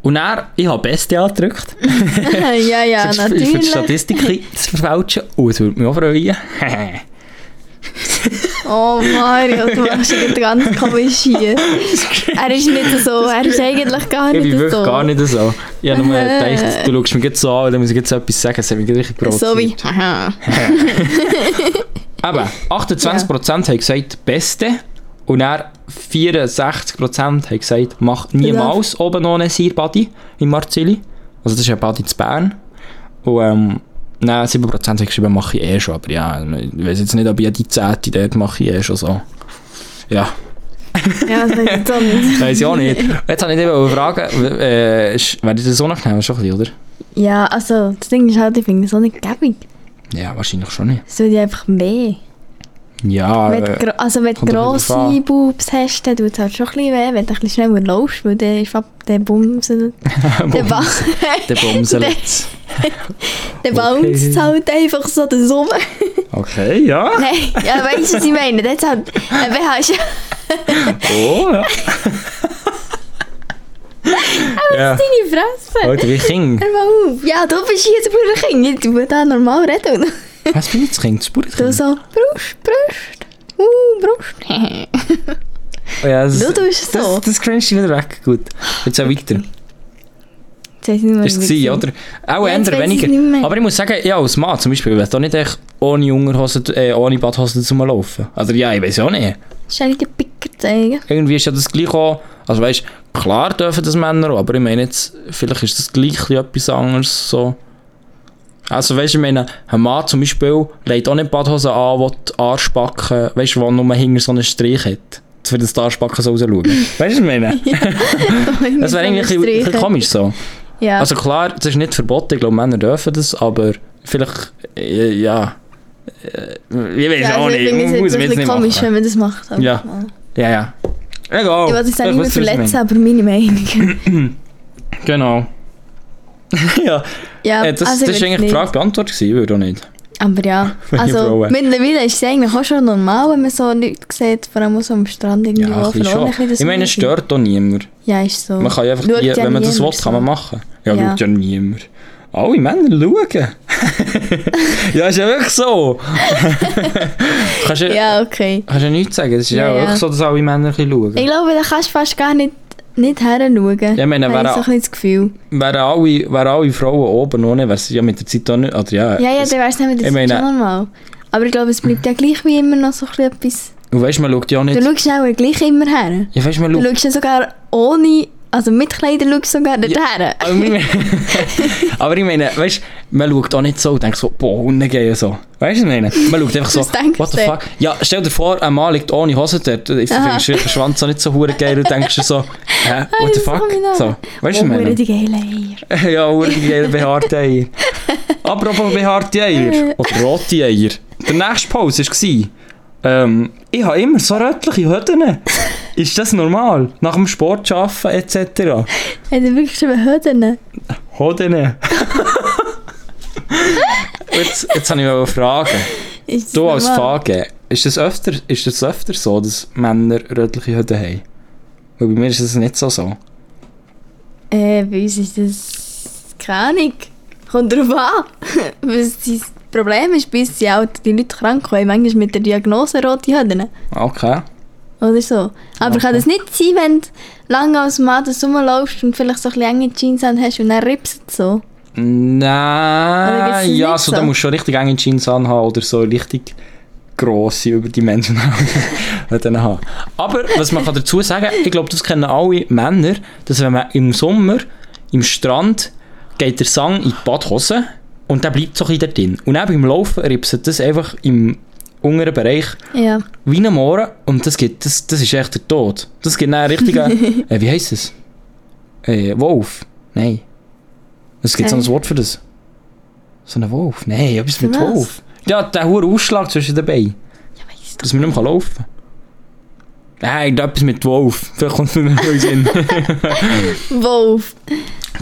Speaker 2: Und dann, ich habe Beste angedrückt,
Speaker 3: ja, ja,
Speaker 2: für, die- für die
Speaker 3: natürlich.
Speaker 2: Statistik ein bisschen zu verfälschen, und es würde mich auch freuen. (laughs)
Speaker 3: Oh Mario, du machst ihn (laughs) ganz komisch hier. Er ist nicht so, er ist eigentlich gar
Speaker 2: ich
Speaker 3: nicht
Speaker 2: bin wirklich
Speaker 3: so. Äh.
Speaker 2: gar nicht so. Ich habe nur gedacht, du schaust mich jetzt so an, und dann muss ich jetzt etwas sagen, das hat mich richtig
Speaker 3: so wie.
Speaker 2: provoziert.
Speaker 3: Haha.
Speaker 2: Eben, 28% haben gesagt, Beste, und dann 64% haben gesagt, mach niemals oben ohne ein Body in Marzilli. Also das ist ein Body zu Bern. Und ähm, nein, 7% haben geschrieben, mache ich eh schon, aber ja, ich weiß jetzt nicht, ob ich die 10. dort mache ich eh schon so. Ja,
Speaker 3: Ja, das ist so nicht.
Speaker 2: weiß ich auch nicht. Jetzt habe ich dich mal fragen, äh, ist- wäre dir das unangenehm? Schon ein bisschen, oder?
Speaker 3: (laughs) Ja, also, das Ding ist halt, ich finde es auch nicht gäbig.
Speaker 2: Ja, wahrscheinlich schon nicht.
Speaker 3: Es würde ja einfach mehr.
Speaker 2: Ja,
Speaker 3: Wenn du
Speaker 2: äh,
Speaker 3: gro also wenn du
Speaker 2: kommt doch wieder drauf
Speaker 3: grosse
Speaker 2: an.
Speaker 3: Bubs hast, dann tut es halt schon ein bisschen weh, wenn du ein bisschen schneller läufst, weil dann ist ab der Bums... Der Bums... (laughs)
Speaker 2: der
Speaker 3: Der-
Speaker 2: Bumselet.
Speaker 3: der Bounce
Speaker 2: Okay.
Speaker 3: halt einfach so den Sommer.
Speaker 2: Okay, ja.
Speaker 3: Nein, ja, weißt du, was ich meine? Das hat... Äh, wer hast
Speaker 2: Oh, ja. ja.
Speaker 3: deine Fresse?
Speaker 2: Alter, wie King.
Speaker 3: Hör mal auf. Ja, du bist hier super Kind. Ich will da normal reden.
Speaker 2: Was bin ich das Kind? Das
Speaker 3: Du
Speaker 2: Bauernkind?
Speaker 3: so, Brust, Brust. Uh, Brust.
Speaker 2: Oh ja, das,
Speaker 3: Du tust so.
Speaker 2: Das, das cringe ich wieder weg. Gut. Jetzt auch weiter.
Speaker 3: Jetzt weiss ich nicht mehr,
Speaker 2: Ist
Speaker 3: wie
Speaker 2: es
Speaker 3: ich-
Speaker 2: gewesen, oder? Auch
Speaker 3: Ja, jetzt
Speaker 2: ändern,
Speaker 3: weiss ich nicht
Speaker 2: weniger.
Speaker 3: mehr.
Speaker 2: Aber ich muss sagen, ja, als Mann zum Beispiel, ich will auch nicht echt ohne Unterhose, äh, ohne Badhose zum Laufen. Also ja, ich weiß auch nicht.
Speaker 3: Soll ich dir Picker zeigen?
Speaker 2: Irgendwie ist ja das gleich auch, also weißt, klar dürfen das Männer auch, aber ich meine jetzt, vielleicht ist das gleich etwas anderes so. Also weißt, ich meine, ein Mann zum Beispiel legt auch nicht Badhose an, wo die Arschbacken, weißt du, wo nur hinter so einen Strich hat. Für das die Arschbacken so rausschauen. (laughs) Weißt du, was ich meine? Das wäre eigentlich ein bisschen- ein bisschen komisch so.
Speaker 3: Ja.
Speaker 2: Also klar, es ist nicht verboten, ich glaube, Männer dürfen das, aber vielleicht, äh, ja. Äh, Ich weiß
Speaker 3: ja,
Speaker 2: auch
Speaker 3: also ich
Speaker 2: nicht,
Speaker 3: finde
Speaker 2: muss man
Speaker 3: es jetzt ein
Speaker 2: jetzt
Speaker 3: bisschen
Speaker 2: nicht
Speaker 3: komisch,
Speaker 2: machen.
Speaker 3: wenn man das macht. aber-
Speaker 2: Ja. Ja, ja. Egal.
Speaker 3: Ich wollte es
Speaker 2: Ich
Speaker 3: nicht mehr
Speaker 2: weiss, was dus du
Speaker 3: verletzen, aber meine Meinung.
Speaker 2: meinst. Genau. (laughs) ja,
Speaker 3: (laughs) Ja,
Speaker 2: äh, das,
Speaker 3: also
Speaker 2: das ist
Speaker 3: ich weiß
Speaker 2: eigentlich die
Speaker 3: nicht.
Speaker 2: Frage beantwortet gewesen, würde auch nicht. (laughs)
Speaker 3: Aber ja,
Speaker 2: Wenn ich
Speaker 3: also
Speaker 2: Frauen-
Speaker 3: mittlerweile ist es eigentlich auch schon normal, wenn man so nichts sieht, vor allem auch so am Strand
Speaker 2: Ja,
Speaker 3: irgendwo.
Speaker 2: ein bisschen
Speaker 3: verloren,
Speaker 2: schon.
Speaker 3: das
Speaker 2: Ich meine, es
Speaker 3: Mäuschen.
Speaker 2: stört doch niemand.
Speaker 3: Ja, ist so.
Speaker 2: Man kann ja einfach,
Speaker 3: Schaut
Speaker 2: die,
Speaker 3: ja
Speaker 2: wenn man das will,
Speaker 3: niemand
Speaker 2: kann man
Speaker 3: so.
Speaker 2: machen. Ja,
Speaker 3: dus Ja.
Speaker 2: schaut ja niemand. Alle Männer schauen. (laughs) ja, ist ja wirklich (laughs) so. Kannst ja-
Speaker 3: Ja, okay.
Speaker 2: Kannst du ja nichts sagen, das ist ja,
Speaker 3: Ja,
Speaker 2: auch
Speaker 3: ja.
Speaker 2: wirklich so, dass alle Männer ein bisschen schauen.
Speaker 3: Ich glaube, da kannst du fast gar nicht, nicht her schauen.
Speaker 2: Ja, nou ich meine,
Speaker 3: Habe
Speaker 2: wer
Speaker 3: ich so
Speaker 2: auch-
Speaker 3: ein bisschen das Gefühl.
Speaker 2: Wären alle, wären alle Frauen oben ohne, wäre es ja mit der Zeit auch nicht, oder ja.
Speaker 3: Ja, ja,
Speaker 2: es-
Speaker 3: dann weißt du nicht,
Speaker 2: ich
Speaker 3: das ist
Speaker 2: meine-
Speaker 3: schon normal. Aber ich glaube, es bleibt ja gleich wie immer noch so ein bisschen etwas.
Speaker 2: Und weißt du, man schaut ja auch
Speaker 3: Du
Speaker 2: nicht...
Speaker 3: schaust auch gleich immer her.
Speaker 2: Ja, weißt du, man
Speaker 3: Du
Speaker 2: schaut...
Speaker 3: schaust ja sogar ohne, also mit Kleider schaust du sogar nicht her.
Speaker 2: Aber ich
Speaker 3: (laughs)
Speaker 2: meine- Aber ich meine, weißt du, man schaut auch nicht so und denkt so, boah, Hunde gehen so. Weißt du, was ich meine? Man schaut einfach so,
Speaker 3: Was denkst
Speaker 2: what the
Speaker 3: du?
Speaker 2: fuck? Ja, stell dir vor, ein Mann liegt ohne Hose dort, dann findest
Speaker 3: Aha. Ah,
Speaker 2: du den Schwanz auch nicht so hure geil und denkst dir so, hä, what the
Speaker 3: das
Speaker 2: fuck?
Speaker 3: kann ich nicht.
Speaker 2: So, weißt du, was ich meine?
Speaker 3: Oh, die geile Eier.
Speaker 2: ja, urgeil behaarte
Speaker 3: (laughs)
Speaker 2: Eier. Apropos behaarte
Speaker 3: Äh.
Speaker 2: Eier. Oder rote Eier. Der nächste Pause war, ähm, ich habe immer so rötliche Hütten. Ist das normal? Nach dem Sport arbeiten etc.
Speaker 3: Hat er wirklich schon Hüden?
Speaker 2: Hoden. (laughs) jetzt, jetzt habe ich mal eine Frage. Du als Fage, ist das, öfter, ist das öfter so, dass Männer rötliche Hütten haben? Weil bei mir ist das nicht so so.
Speaker 3: Äh, bei uns ist das. keine Ahnung. Kommt drauf an. (laughs) Was das Problem ist, bis sie auch die Leute krank kommen. Manchmal mit der Diagnose rote Hüden.
Speaker 2: Okay.
Speaker 3: Oder so. Aber kann das nicht sein, wenn du lange als Mann das rumläufst und vielleicht so ein bisschen enge Jeans an hast und dann ripst es so? Oder gibt's
Speaker 2: Nein,
Speaker 3: das
Speaker 2: ja,
Speaker 3: nicht
Speaker 2: so,
Speaker 3: so?
Speaker 2: da musst du schon richtig enge Jeans anhaben oder so richtig grosse, überdimensionale (laughs) Hüten haben. Aber was man kann dazu sagen ich glaube, das kennen alle Männer, dass wenn man im Sommer im Strand geht der Sang in die Badhose und der bleibt so ein bisschen dort drin. Und dann beim Laufen ripset das einfach im unteren Bereich
Speaker 3: Ja.
Speaker 2: wie ein Mohren und das, gibt, das, das ist echt der Tod. Das gibt einen
Speaker 3: (laughs)
Speaker 2: richtigen... äh, wie heisst es? Äh, Wolf? Nein. Es gibt so ein
Speaker 3: Äh.
Speaker 2: Wort für das. So ein Wolf? Nein, etwas mit
Speaker 3: Was?
Speaker 2: Wolf. Ja, der hohe Ausschlag zwischen den Beinen.
Speaker 3: weiss
Speaker 2: Dass man nicht mehr laufen kann. Nein, etwas mit Wolf. Vielleicht kommt es mir nicht mehr in den Sinn.
Speaker 3: (laughs) Wolf.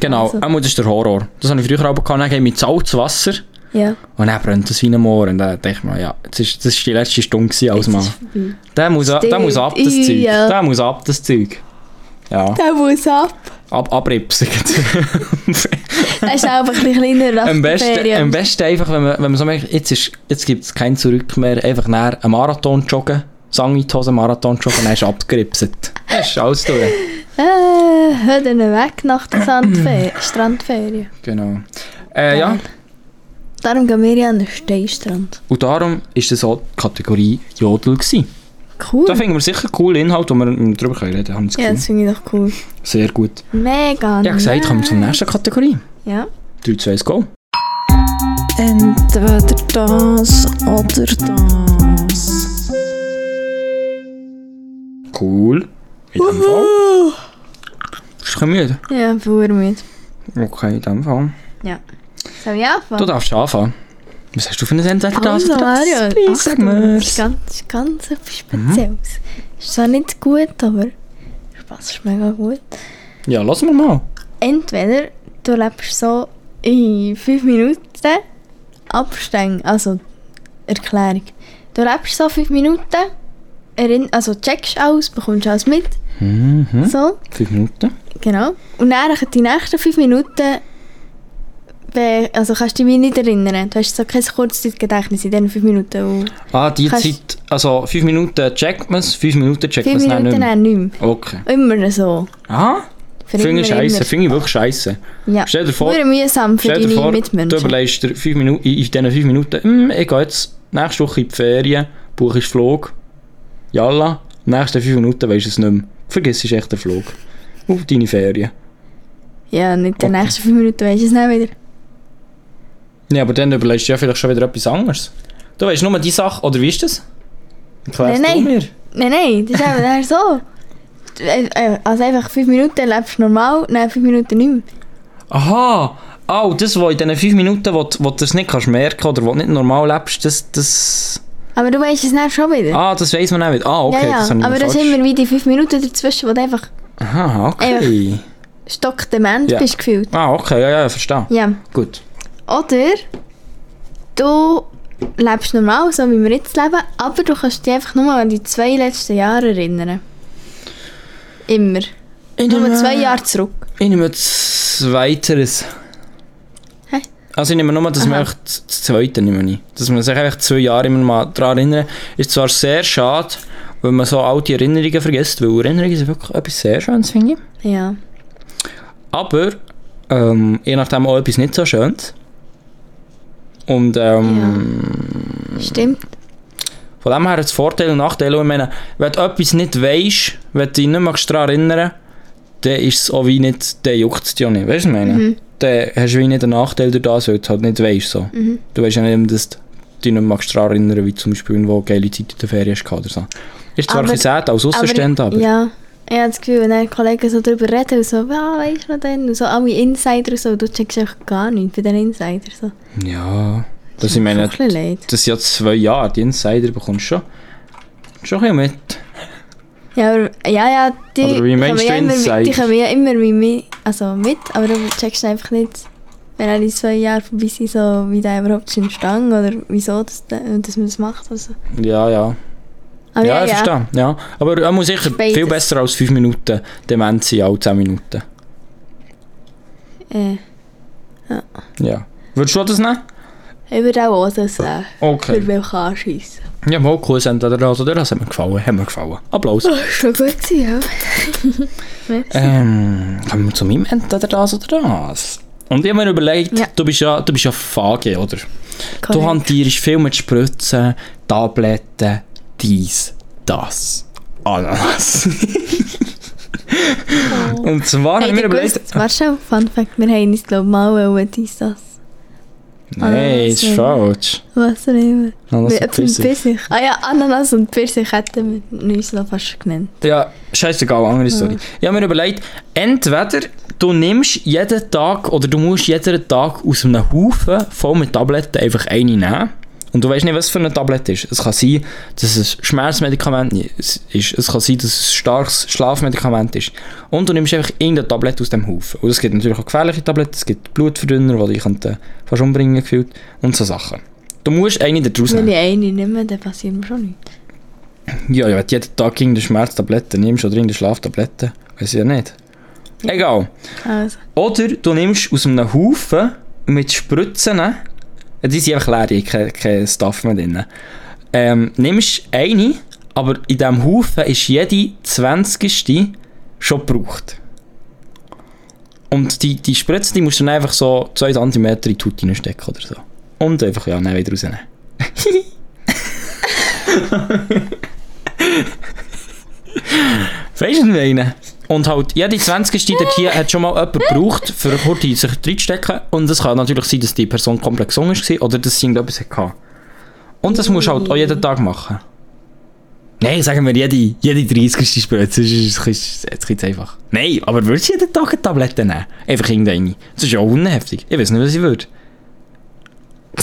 Speaker 2: genau,
Speaker 3: Also.
Speaker 2: einmal, das ist der Horror. Das habe ich früher auch gehabt, dann gehe ich mit Salz Wasser
Speaker 3: Ja.
Speaker 2: und dann brennt das wie ein Moor. Und dann denke ich mir, ja, das ist, das ist die letzte Stunde gewesen als
Speaker 3: Jetzt
Speaker 2: Mann.
Speaker 3: ist vorbei.
Speaker 2: Der muss, ab- der muss ab, das
Speaker 3: Stimmt,
Speaker 2: Zeug.
Speaker 3: ja.
Speaker 2: Der muss ab, das Zeug. Ja,
Speaker 3: Der muss ab.
Speaker 2: ab, abripsen.
Speaker 3: (laughs) Er ist einfach ein bisschen kleiner als
Speaker 2: am,
Speaker 3: die
Speaker 2: besten,
Speaker 3: Ferien.
Speaker 2: am besten einfach, wenn man, wenn man so merkt, jetzt, ist- jetzt gibt es kein Zurück mehr, einfach näher einen Marathon joggen, Sang in die Hose, Marathon joggen, dann ist
Speaker 3: (laughs)
Speaker 2: abgeripset. Das ist alles durch.
Speaker 3: Äh, Hüden weg nach der Sandfer Strandferien.
Speaker 2: Genau. Äh, ja,
Speaker 3: Darum gehen wir ja an den Steinstrand.
Speaker 2: und darum ist das auch die Kategorie Jodel gewesen.
Speaker 3: Cool.
Speaker 2: Da finden wir sicher coole Inhalte, wo wir ähm, drüber können reden haben. wir das
Speaker 3: ja,
Speaker 2: Gefühl.
Speaker 3: das finde ich doch cool.
Speaker 2: Sehr gut.
Speaker 3: Mega.
Speaker 2: Ich habe gesagt, kommen wir zur nächsten Kategorie.
Speaker 3: Ja.
Speaker 2: 3, 2, 1, go.
Speaker 5: Entweder das oder das.
Speaker 2: Cool. In dem Fall. Bist du ein bisschen müde?
Speaker 3: Ja, voll mit.
Speaker 2: Okay, in dem Fall.
Speaker 3: Soll ich anfangen?
Speaker 2: Du darfst anfangen. Was hast du für ein Entweder das
Speaker 3: Also,
Speaker 2: oder das?
Speaker 3: Mario,
Speaker 2: Please, sag
Speaker 3: Achtung, das ist
Speaker 2: mir's.
Speaker 3: ganz, ganz etwas Spezielles. Ist zwar nicht gut, aber Spaß ist mega gut.
Speaker 2: Ja, lass mal mal.
Speaker 3: Entweder du lebst so in 5 Minuten Abstänge, also Erklärung. Du lebst so 5 Minuten, erinn- also checkst alles, bekommst alles mit,
Speaker 2: Mhm.
Speaker 3: so,
Speaker 2: Fünf Minuten.
Speaker 3: genau. Und dann die nächsten 5 Minuten be- also kannst du dich nicht erinnern. Du hast so kein Kurzzeitgedächtnis in diesen fünf Minuten. Und
Speaker 2: Ah, die
Speaker 3: Kannst-
Speaker 2: Zeit, also 5 Minuten checkt man es, 5 Minuten checkt man
Speaker 3: fünf
Speaker 2: es nicht
Speaker 3: Minuten
Speaker 2: mehr.
Speaker 3: dann nicht mehr.
Speaker 2: Okay.
Speaker 3: Immer so.
Speaker 2: Aha,
Speaker 3: Für
Speaker 2: finde
Speaker 3: immer,
Speaker 2: ich scheisse,
Speaker 3: immer.
Speaker 2: finde ich wirklich scheisse.
Speaker 3: Ja.
Speaker 2: Stell dir vor-
Speaker 3: Nur mühsam für
Speaker 2: Stell dir
Speaker 3: deine
Speaker 2: vor, du
Speaker 3: Mitmenschen.
Speaker 2: überlegst dir fünf Minuten, in diesen 5 Minuten, hm, ich gehe jetzt nächste Woche in die Ferien, buche ich Flug, jalla, nächste 5 Minuten weisst du es nicht mehr. Vergiss es echt den Flug. Auf deine Ferien.
Speaker 3: Ja, nicht in den
Speaker 2: Okay.
Speaker 3: nächsten fünf Minuten weisst du es nicht wieder.
Speaker 2: Ja, aber dann überlegst du ja vielleicht schon wieder etwas anderes. Du weißt nur die Sache, oder wie ist das? Erklärst
Speaker 3: Nein,
Speaker 2: du
Speaker 3: nein.
Speaker 2: mir?
Speaker 3: Nein, nein, das ist
Speaker 2: (laughs)
Speaker 3: eben dann so. Äh, äh, Also einfach fünf Minuten lebst du normal, dann fünf Nou, Minuten nicht mehr.
Speaker 2: Aha! Oh, das, was in diesen 5 Minuten, wo, du- wo du es nicht kannst merken oder wo du nicht normal lebst, das, das...
Speaker 3: Aber du weisst es dann schon wieder.
Speaker 2: Ah, das weiss man auch wieder. Ah, okay,
Speaker 3: ja,
Speaker 2: das
Speaker 3: ja,
Speaker 2: habe ich
Speaker 3: aber
Speaker 2: mir
Speaker 3: da
Speaker 2: falsch-
Speaker 3: sind wir wieder fünf Minuten dazwischen, wo du einfach
Speaker 2: Aha, okay.
Speaker 3: stockdement
Speaker 2: Ja.
Speaker 3: bist gefühlt.
Speaker 2: Ah, okay, ja, ja, verstehe.
Speaker 3: Ja.
Speaker 2: Gut.
Speaker 3: Oder du lebst normal, so wie wir jetzt leben, aber du kannst dich einfach nur an die zwei letzten Jahre erinnern. Immer.
Speaker 2: Ich
Speaker 3: Nur zwei Jahre zurück.
Speaker 2: Äh, Ich nehme das Weiteres.
Speaker 3: Hä?
Speaker 2: Also ich nehme nur, dass man
Speaker 3: Aha.
Speaker 2: einfach das das Zweite nehme ich. Dass man sich einfach zwei Jahre immer mal daran erinnert. Ist zwar sehr schade, wenn man so alte Erinnerungen vergisst, weil Erinnerungen sind wirklich etwas sehr Schönes, finde ich.
Speaker 3: Ja.
Speaker 2: Aber ähm, je nachdem auch etwas nicht so Schönes. Und ähm,
Speaker 3: Stimmt.
Speaker 2: von dem her hat es Vorteile und Nachteile. Und ich meine, wenn du etwas nicht weisst, wenn du dich nicht mehr daran erinnern dann ist es auch wie nicht, dann juckt es dich auch nicht. Weißt du, was ich meine?
Speaker 3: Mhm.
Speaker 2: Dann hast du wie nicht einen Nachteil durch das, weil du halt nicht weisst. So.
Speaker 3: Mhm.
Speaker 2: Du weißt ja nicht, mehr, dass du dich nicht mehr daran erinnern wie zum Beispiel, wo du geile Zeit in der Ferien hast gehabt oder so. Ist zwar
Speaker 3: Aber-
Speaker 2: ein bisschen sad als Außenstehender, aber...
Speaker 3: Ja. Ich habe das Gefühl, wenn dann Kollegen so darüber reden und so, ja, weißt du noch denn? Und so alle Insider und so, du checkst echt gar nichts bei den Insider. So.
Speaker 2: Ja, das ich
Speaker 3: Schon
Speaker 2: meine,
Speaker 3: ein bisschen leid.
Speaker 2: das sind ja zwei Jahre, die Insider bekommst du schon, schon ein bisschen mit.
Speaker 3: Ja, aber, ja, ja, die
Speaker 2: Oder wie meinst
Speaker 3: kommen ja
Speaker 2: du
Speaker 3: immer,
Speaker 2: Insight?
Speaker 3: Die kommen ja immer mit, mir- also mit, aber du checkst einfach nicht, wenn alle zwei Jahre vorbei sind, so, wie der überhaupt ist entstanden oder wieso das, dass man das macht. Ah, Also.
Speaker 2: Ja, ja.
Speaker 3: Aber
Speaker 2: ja, ich verstehe. Ja. Aber er muss sicher
Speaker 3: Beides.
Speaker 2: viel besser als 5 Minuten dement sein als 10 Minuten.
Speaker 3: Äh,
Speaker 2: Ja. Würdest du das nehmen?
Speaker 3: ich würde auch auch das sagen, für
Speaker 2: Okay.
Speaker 3: welchen (laughs) anschiessen.
Speaker 2: Ja, mal cool, entweder das oder das hat mir gefallen. Hat mir gefallen. Applaus.
Speaker 3: Das war gut, ja.
Speaker 2: ähm, kommen wir zu meinem entweder das oder das. Und ich habe mir überlegt,
Speaker 3: Ja.
Speaker 2: du bist ja, du bist ja Fage, oder? Du hantierst viel mit Spritzen, Tabletten, dies, das, Ananas. (laughs) Und zwar haben wir überlegt...
Speaker 3: Warte schon, Fun Fact, wir haben uns, glaube ich, mal wollen, dies, das.
Speaker 2: Nein, ist
Speaker 3: Ananas.
Speaker 2: falsch.
Speaker 3: Was auch immer.
Speaker 2: Ananas
Speaker 3: Mit
Speaker 2: und
Speaker 3: Äpfel und
Speaker 2: Pfirsich.
Speaker 3: Pfirsich. Ah ja, Ananas und Pfirsich hätten wir uns noch fast genannt.
Speaker 2: Ja, scheißegal, andere Story. Ich habe mir überlegt, entweder du nimmst jeden Tag oder du musst jeden Tag aus einem Haufen voll mit Tabletten einfach eine nehmen. Und du weißt nicht, was für eine Tablette ist. Es kann sein, dass es ein Schmerzmedikament ni- es ist. Es kann sein, dass es ein starkes Schlafmedikament ist. Und du nimmst einfach irgendeine Tablette aus dem Haufen. Und es gibt natürlich auch gefährliche Tabletten. Es gibt Blutverdünner, die dich könnten fast umbringen gefühlt. Und so Sachen. Du musst eine daraus
Speaker 3: Wenn
Speaker 2: nehmen.
Speaker 3: ich eine nehme, dann passiert mir schon nichts.
Speaker 2: Ja, ja, wenn du jeden Tag irgendeine Schmerztablette nimmst oder irgendeine Schlaftablette, weiß ich ja nicht. Egal.
Speaker 3: Also,
Speaker 2: Oder du nimmst aus einem Haufen mit Spritzen, äh, die sind einfach leer, die haben kein, kein Stuff mehr drin. Ähm, nimmst eine, aber in diesem Haufen ist jede 20. schon gebraucht. Und die, die Spritze die musst du dann einfach so 2 cm in die Haut reinstecken oder so. Und einfach ja, dann wieder rausnehmen. Weißt du, was ich meine? Und halt, jede 20. dort hier hat schon mal jemand gebraucht, für Kurti sich reinzustecken. Und es kann natürlich sein, dass die Person komplett gesungen war oder dass sie irgendetwas hatte. Und das musst du halt auch jeden Tag machen. Nein, sagen wir, jede, jede 30. Spritze, sonst ist es ein bisschen- jetzt geht's einfach. Nein, aber würdest du jeden Tag eine Tablette nehmen? Einfach irgendeine. Das ist ja auch unheftig. Ich weiß nicht, was ich würde.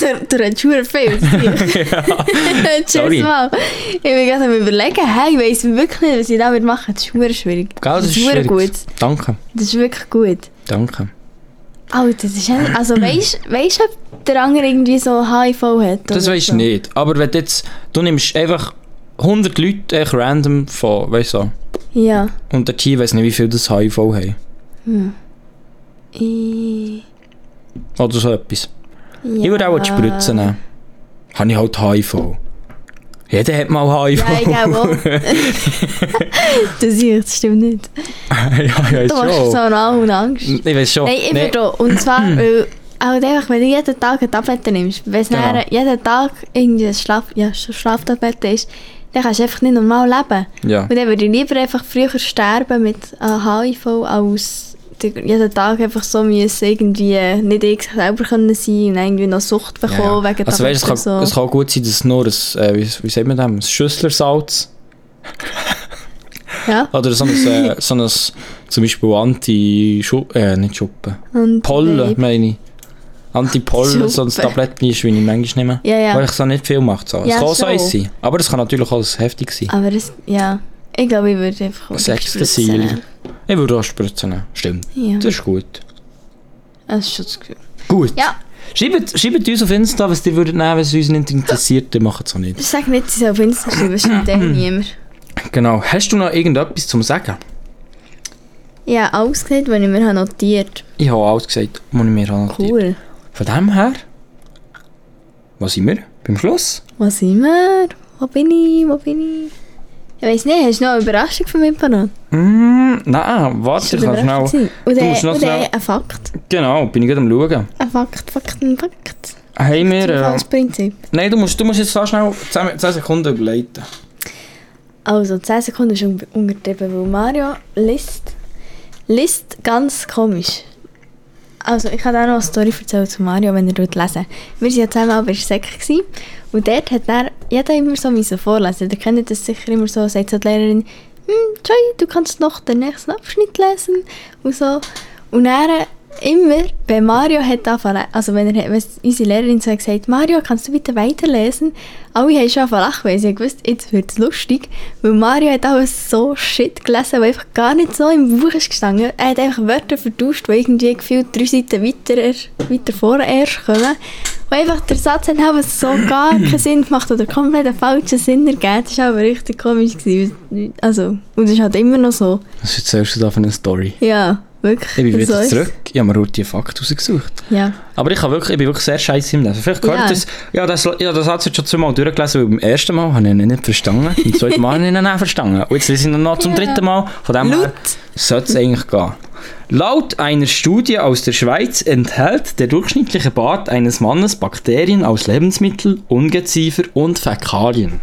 Speaker 3: der, der hat schon
Speaker 2: (laughs)
Speaker 3: viel.
Speaker 2: sorry.
Speaker 3: Tschüss mal. Ich bin gerade am überlegen, hey, ich weiss wirklich nicht, was ich damit mache. Das ist verdammt schwierig.
Speaker 2: Gell, das ist
Speaker 3: verdammt
Speaker 2: schwierig.
Speaker 3: gut.
Speaker 2: Danke,
Speaker 3: Das ist wirklich gut.
Speaker 2: danke.
Speaker 3: Alter, das ist echt- Also, weißt du, ob der andere irgendwie so HIV hat?
Speaker 2: Das
Speaker 3: oder
Speaker 2: weisst
Speaker 3: so?
Speaker 2: du nicht. Aber wenn du jetzt, du nimmst einfach 100 Leute echt random von, weißt du, so.
Speaker 3: Ja.
Speaker 2: Und der Team weiß nicht, wie viel das HIV haben.
Speaker 3: Ich.
Speaker 2: Oder so etwas.
Speaker 3: Ja.
Speaker 2: Ich würde auch eine Spritze nehmen. Habe ich halt HIV. Jeder hat mal HIV.
Speaker 3: Ja, ich glaube (laughs) auch. das ist- das stimmt nicht.
Speaker 2: (laughs) ja, ja,
Speaker 3: Du machst so
Speaker 2: schon.
Speaker 3: Raum und Angst.
Speaker 2: Ich weiß schon.
Speaker 3: Nein, ich
Speaker 2: oh, Nee.
Speaker 3: bin Und zwar,
Speaker 2: (clears throat)
Speaker 3: weil halt einfach, wenn du jeden Tag eine Tablette nimmst, wenn es
Speaker 2: Genau.
Speaker 3: nachher jeden Tag irgendwie eine Schlaf ja, so Schlaftablette ist, dann kannst du einfach nicht normal leben.
Speaker 2: Ja.
Speaker 3: Und dann würde ich lieber einfach früher sterben mit äh, HIV, als die- jeden Tag einfach so müssen, irgendwie äh, nicht ich selber können sein und irgendwie noch Sucht
Speaker 2: Ja,
Speaker 3: bekommen
Speaker 2: ja.
Speaker 3: wegen
Speaker 2: Also weißt, es,
Speaker 3: Tabletten
Speaker 2: kann,
Speaker 3: und
Speaker 2: es kann gut sein, dass nur ein, äh, wie, wie sagt man das, ein Schüsslersalz
Speaker 3: Ja,
Speaker 2: oder so ein,
Speaker 3: (laughs)
Speaker 2: äh, so ein zum Beispiel Anti-Schuppen, äh, nicht Schuppen,
Speaker 3: und
Speaker 2: Pollen
Speaker 3: Vape.
Speaker 2: meine ich.
Speaker 3: (laughs)
Speaker 2: Anti-Pollen, so ein
Speaker 3: Schuppen.
Speaker 2: Tablettchen ist, wie ich manchmal nehme,
Speaker 3: Ja, ja.
Speaker 2: weil ich so nicht viel macht. So.
Speaker 3: Ja, Ah,
Speaker 2: es kann so
Speaker 3: schon.
Speaker 2: eins sein, aber es kann natürlich auch heftig sein.
Speaker 3: Aber es, ja, ich glaube, ich würde einfach...
Speaker 2: Das
Speaker 3: wirklich Spritze
Speaker 2: Ecstasy.
Speaker 3: nehmen.
Speaker 2: Ich würde auch Spritzen nehmen, stimmt.
Speaker 3: Ja,
Speaker 2: Das ist gut.
Speaker 3: das ist schon das Gefühl.
Speaker 2: Gut.
Speaker 3: Ja.
Speaker 2: Schreibt, schreibt uns auf Insta, was ihr würdet nehmen, wenn es uns nicht interessiert, dann macht es auch nicht.
Speaker 3: Sag nicht, sie soll auf Insta schreiben, das stimmt eh niemand.
Speaker 2: Genau. Hast du noch irgendetwas zum Sagen?
Speaker 3: Ja, alles gesagt, was ich mir habe notiert
Speaker 2: Ich habe alles gesagt, was ich mir habe.
Speaker 3: habe. Cool.
Speaker 2: Von dem her, was sind wir? Beim Schluss?
Speaker 3: Wo sind wir? Wo bin ich? Wo bin ich? Ich weiß nicht, hast du noch eine Überraschung von mir parat?
Speaker 2: Mm, nein, warte, ich kann
Speaker 3: Überraschung
Speaker 2: schnell.
Speaker 3: gewesen? Und
Speaker 2: Du musst
Speaker 3: dann
Speaker 2: noch
Speaker 3: und dann
Speaker 2: schnell-
Speaker 3: ein Fakt.
Speaker 2: Genau, bin ich gerade am Schauen.
Speaker 3: Ein Fakt, Fakt, ein Fakt.
Speaker 2: Haben wir. Äh,
Speaker 3: Das Prinzip.
Speaker 2: nein, du musst, du musst jetzt so schnell 10, 10 Sekunden überleiten.
Speaker 3: Also, 10 Sekunden ist un- untertrieben, weil Mario liest, liest ganz komisch. Also, ich kann auch noch eine Story erzählen zu Mario, wenn er dort lesen Wir waren ja zusammen aber in der Sek gewesen, und dort hat er jeder immer so müssen vorlesen. Ihr kennt das sicher immer so, sagt so die Lehrerin, «Hm, Joy, du kannst noch den nächsten Abschnitt lesen.» und so. Und dann immer, bei Mario hat angefangen, also wenn, er, wenn unsere Lehrerin so gesagt hat, «Mario, kannst du bitte weiterlesen?» Alle haben schon angefangen zu lachen, weil sie gewusst jetzt wird es lustig, weil Mario hat auch so Shit gelesen, der einfach gar nicht so im Buch ist gestanden. Er hat einfach Wörter vertauscht, die irgendwie gefühlt drei Seiten weiter, erst- weiter vorne erst kommen. Und einfach der Satz hat aber so gar keinen Sinn gemacht oder komplett einen falschen Sinn ergeben. Das war aber richtig komisch. Gewesen. Also, und es ist halt immer noch so.
Speaker 2: Was erzählst du da für eine Story?
Speaker 3: Ja, wirklich.
Speaker 2: Ich bin
Speaker 3: Das
Speaker 2: wieder
Speaker 3: ist-
Speaker 2: zurück. Ich habe mir heute die Fakten rausgesucht.
Speaker 3: Ja.
Speaker 2: Aber ich, habe wirklich, ich bin wirklich sehr scheiße im Lesen. Vielleicht gehört
Speaker 3: Ja.
Speaker 2: ja. das. Ja, das, ja, das hat jetzt schon zweimal durchgelesen, weil beim ersten Mal habe ich ihn nicht verstanden. Beim zweiten Mal habe ich ihn auch verstanden. Und jetzt lese ich ihn noch zum dritten Mal. Von dem her sollte es eigentlich gehen. Laut einer Studie aus der Schweiz enthält der durchschnittliche Bart eines Mannes Bakterien aus Lebensmittel, Ungeziefer und Fäkalien.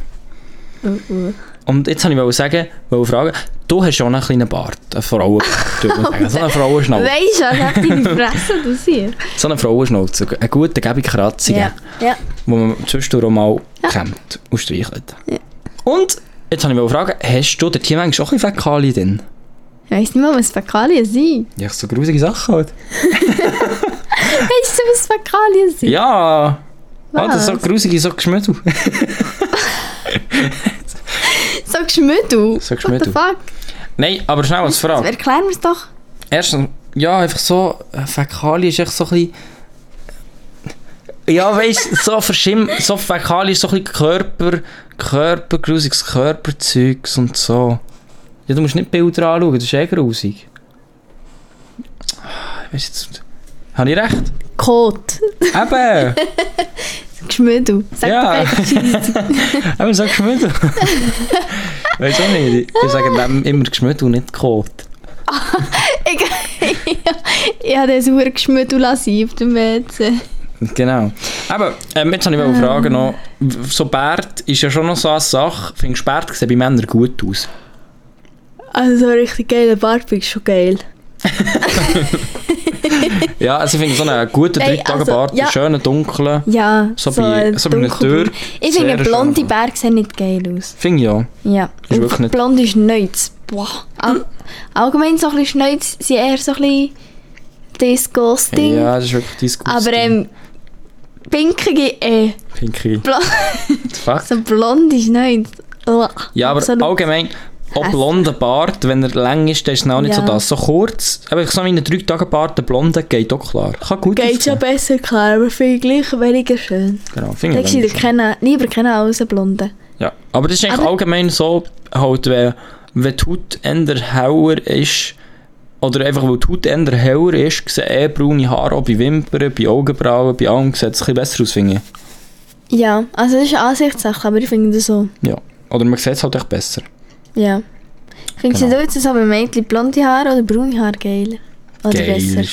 Speaker 3: Uh,
Speaker 2: Und jetzt wollte ich wollte sagen, wollte fragen, du hast schon einen kleinen Bart, einen
Speaker 3: (laughs)
Speaker 2: Frauenbart, würde man sagen. so einen Frauenschnauzer.
Speaker 3: Weißt du, was hat deine Fresse du siehst?
Speaker 2: So eine Frauenschnauze, eine gute, gelbe Kratzige,
Speaker 3: Ja. ja.
Speaker 2: wo man zwischendurch auch mal kämmt und streichelt. Und, jetzt habe ich mal fragen, hast du der Team eigentlich auch ein bisschen Fäkalien drin?
Speaker 3: Ich weiss nicht mal, was Fäkalien sind.
Speaker 2: Ja, so grusige Sachen halt.
Speaker 3: Weißt du, was Fäkalien sind?
Speaker 2: Ja!
Speaker 3: Was?
Speaker 2: Alter, so grusige, so Geschmüttel.
Speaker 3: So Geschmüdel.
Speaker 2: So Geschmüdel.
Speaker 3: What the fuck?
Speaker 2: Nein, aber schnell als Frage.
Speaker 3: Erklär mir's doch.
Speaker 2: Erstens, ja, einfach so, äh, Fäkalien ist echt so ein bisschen... Ja, weißt du, so verschimm... So Fäkalien ist so ein bisschen Körper... Körper, grusiges Körperzeugs und so. Ja, du musst nicht Bilder anschauen, das ist eh grusig. Ah, Ich weiss jetzt... Habe ich recht?
Speaker 3: Kot.
Speaker 2: Eben!
Speaker 3: Geschmüdel. Sag
Speaker 2: Ja.
Speaker 3: doch einfach
Speaker 2: (laughs)
Speaker 3: Scheisse.
Speaker 2: Eben, sag Geschmüttel. Weißt du nicht? Ich sage dem immer Geschmüttel, nicht Kot.
Speaker 3: Ich habe das Uhr geschmüdel lassen auf dem WC.
Speaker 2: Genau. Aber ähm, jetzt habe ich ähm. Fragen noch. W- So Bart ist ja schon noch so eine Sache. Findest du Bart sehen bei Männern gut aus?
Speaker 3: Also so richtig geiler Bart bin ich schon geil.
Speaker 2: Ja, also ich finde so einen guten
Speaker 3: Nein,
Speaker 2: drei tage
Speaker 3: also,
Speaker 2: bart
Speaker 3: ja.
Speaker 2: einen schönen, dunklen.
Speaker 3: Ja,
Speaker 2: So bei- so bei einem
Speaker 3: dunkelblau.
Speaker 2: Türk
Speaker 3: Ich
Speaker 2: sehr
Speaker 3: finde, blonde
Speaker 2: schön.
Speaker 3: Bärte sehen nicht geil aus.
Speaker 2: Finde ich ja.
Speaker 3: Ja.
Speaker 2: Ist wirklich nicht-
Speaker 3: Blond ist nichts. Boah. All allgemein so ein bisschen Schnäuz sind eher so ein bisschen disgusting.
Speaker 2: Ja, das ist wirklich dein gutes
Speaker 3: aber
Speaker 2: Ding.
Speaker 3: ähm, pinkige, äh,
Speaker 2: Pinky.
Speaker 3: blond,
Speaker 2: Fuck.
Speaker 3: (laughs) so blond ist nichts. Uah,
Speaker 2: Ja, aber
Speaker 3: absolut.
Speaker 2: allgemein, auch
Speaker 3: Hässlich.
Speaker 2: blonder Bart, wenn er lang ist, dann ist es auch nicht so
Speaker 3: Ja.
Speaker 2: das. So kurz, aber so wie ein drei tage bart der blonde, geht auch klar. Kann gut
Speaker 3: Geht schon
Speaker 2: ausgehen.
Speaker 3: besser, klar, aber finde ich gleich weniger schön.
Speaker 2: Genau, finde
Speaker 3: Dann
Speaker 2: ich
Speaker 3: sehe
Speaker 2: eigentlich
Speaker 3: ich kennen, lieber kennen als einen blonden.
Speaker 2: Ja, aber das ist eigentlich
Speaker 3: Aber-
Speaker 2: allgemein so, halt, wenn, wenn die Haut eher heller ist Oder einfach, weil die Haut eher heller ist, sehen eh braune Haare auch bei Wimpern, bei Augenbrauen, bei allem sieht es ein bisschen besser aus, finde ich.
Speaker 3: Ja, also das ist eine Ansichtssache, aber ich finde das so.
Speaker 2: Ja. Oder man sieht es halt echt besser.
Speaker 3: dus Ja. Findest
Speaker 2: Genau.
Speaker 3: du jetzt so bei Mädchen blonde Haare oder braune Haare geil? Oder besser?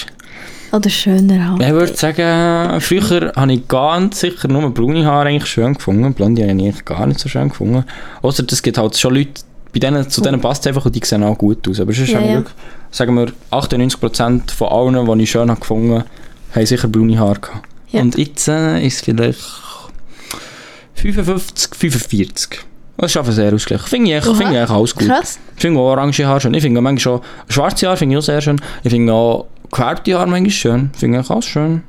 Speaker 3: Oder schöner Haare?
Speaker 2: Ich würde sagen, früher habe ich ganz sicher nur braune Haare eigentlich schön gefunden. Blonde habe ich eigentlich gar nicht so schön gefunden. Außer es gibt halt schon Leute, bei denen, zu denen passt es einfach und die sehen auch gut aus. Aber sonst
Speaker 3: Ja,
Speaker 2: habe ich
Speaker 3: ja.
Speaker 2: wirklich, sagen wir, 98% von allen, die ich schön habe gefunden haben sicher braune Haare gehabt.
Speaker 3: Ja.
Speaker 2: Und jetzt äh, ist es vielleicht 55, 45. Das ist einfach sehr ausgeglichen. Finde ich, echt-
Speaker 3: Oha.
Speaker 2: finde ich eigentlich alles gut.
Speaker 3: Krass.
Speaker 2: Ich finde auch orange Haare schön. Ich finde auch manchmal schon schwarze Haare finde ich auch sehr schön. Ich finde auch gefärbte Haare manchmal schön. Finde ich auch schön.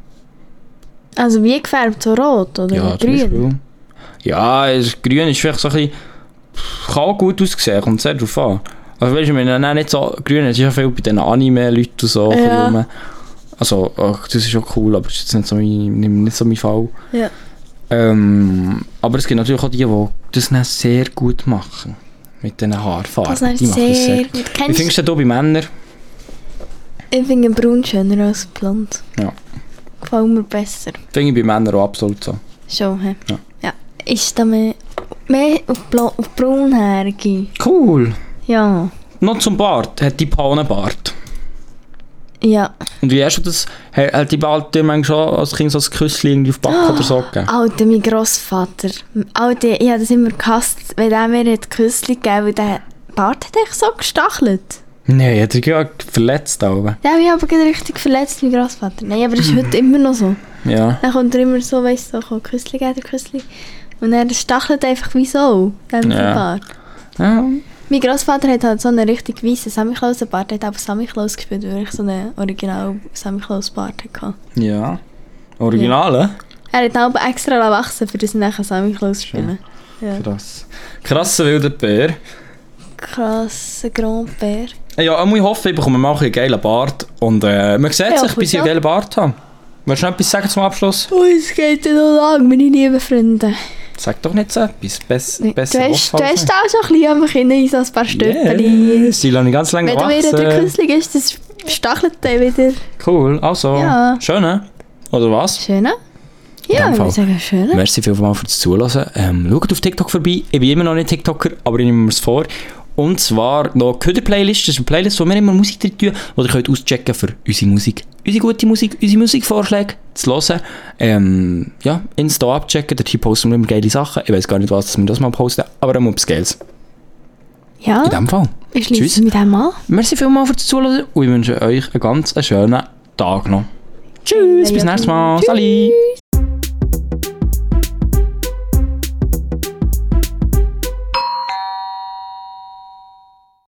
Speaker 3: Also wie gefärbt, so rot oder
Speaker 2: Ja, zum
Speaker 3: grün?
Speaker 2: Beispiel. Ja, es- grün ist vielleicht so ein bisschen... Pff, Kann auch gut aussehen, kommt sehr drauf an. Also weißt du, wenn dann nicht so grün ist, ist ja viel bei diesen Anime-Leuten und so. ein bisschen
Speaker 3: Ja.
Speaker 2: rum. Also, ach, das ist auch cool, aber das ist jetzt nicht so mein, nicht so mein Fall.
Speaker 3: Ja.
Speaker 2: Ähm, aber es gibt natürlich auch die, die das dann sehr gut machen. Mit diesen Haarfarben.
Speaker 3: Das ist
Speaker 2: die machen das
Speaker 3: sehr gut.
Speaker 2: Wie
Speaker 3: Kennst
Speaker 2: findest du denn hier bei Männern?
Speaker 3: Ich finde braun schöner als blond.
Speaker 2: Ja.
Speaker 3: Gefällt mir besser.
Speaker 2: Finde ich bei Männern auch absolut so.
Speaker 3: Schon, hä?
Speaker 2: Ja.
Speaker 3: ja. Ist da mehr, mehr auf, blau, auf braunhaarige?
Speaker 2: Cool.
Speaker 3: Ja.
Speaker 2: Noch zum Bart. Hat die Paune Bart.
Speaker 3: Ja.
Speaker 2: Und wie hast du das? Hat hat die Bart dir manchmal schon als Kind so ein Küsschen irgendwie auf den Back oder so gegeben?
Speaker 3: Alter, mein Grossvater. Alter, ich habe das immer gehasst, wenn er mir hat Küssli gegeben weil der Bart hat echt so gestachelt.
Speaker 2: Nein, hat er ja verletzt aber.
Speaker 3: Der hat mich aber gerade richtig verletzt, mein Grossvater. Nein, aber das ist heute immer noch so.
Speaker 2: Ja.
Speaker 3: Dann kommt er immer so, weißt du, so, komm, Küssli geben, der Küssli. Und er stachelt einfach wie so, den
Speaker 2: Ja.
Speaker 3: Bart.
Speaker 2: ja.
Speaker 3: Mein Großvater hat halt so einen richtig weißen Sammy Klaus Bart, der hat aber Sammy Klaus gespielt, weil ich so einen original Sammy Klaus Bart hatte.
Speaker 2: Ja. Originale?
Speaker 3: Er hat auch extra wachsen, für das ich nachher Sammy Klaus spielen. Ja.
Speaker 2: Krass. Krasser wilder Bär. Äh,
Speaker 3: Krasser Grand Père.
Speaker 2: Ja, ich hoffe, ich bekomme mal ein bisschen geilen Bart. Und äh, man sieht
Speaker 3: Ja,
Speaker 2: sich,
Speaker 3: gut,
Speaker 2: bis ich einen
Speaker 3: ja.
Speaker 2: geilen Bart habe. Willst du noch etwas sagen zum Abschluss?
Speaker 3: Ui, es geht ja noch lang, meine lieben Freunde.
Speaker 2: Sag doch nicht so etwas. Bess,
Speaker 3: Du hast,
Speaker 2: besser
Speaker 3: du hast
Speaker 2: Wortwahl sein.
Speaker 3: auch schon ein bisschen einfach hinein, so ein paar Stöppeli.
Speaker 2: Yes, die lasse ich ganz lange
Speaker 3: Wenn du mir
Speaker 2: wachsen.
Speaker 3: der Künstler gibst, das stachelt der wieder.
Speaker 2: Cool, also.
Speaker 3: Ja.
Speaker 2: Schön, ne? Oder was?
Speaker 3: Schöner?
Speaker 2: In
Speaker 3: Ja,
Speaker 2: dem
Speaker 3: ich
Speaker 2: Fall.
Speaker 3: würde sagen, schöner.
Speaker 2: Merci vielmals fürs Zuhören. Ähm, schaut auf TikTok vorbei. Ich bin immer noch nicht TikToker, aber ich nehme mir es vor. Und zwar noch die Köder-Playlist. Das ist eine Playlist, wo wir immer Musik drin tun, die ihr könnt auschecken für unsere Musik. Unsere gute Musik, unsere Musikvorschläge zu hören. Ähm, ja, Insta abchecken, dort posten wir immer geile Sachen. Ich weiß gar nicht, was dass wir das mal posten, aber dann muss Geld.
Speaker 3: Ja,
Speaker 2: In dem Fall.
Speaker 3: ich
Speaker 2: Tschüss.
Speaker 3: schließe mit dem an.
Speaker 2: Merci vielmals fürs Zuhören und ich wünsche euch einen ganz schönen Tag noch. Tschüss, bis nächstes Mal. Salut.
Speaker 3: Tschüss.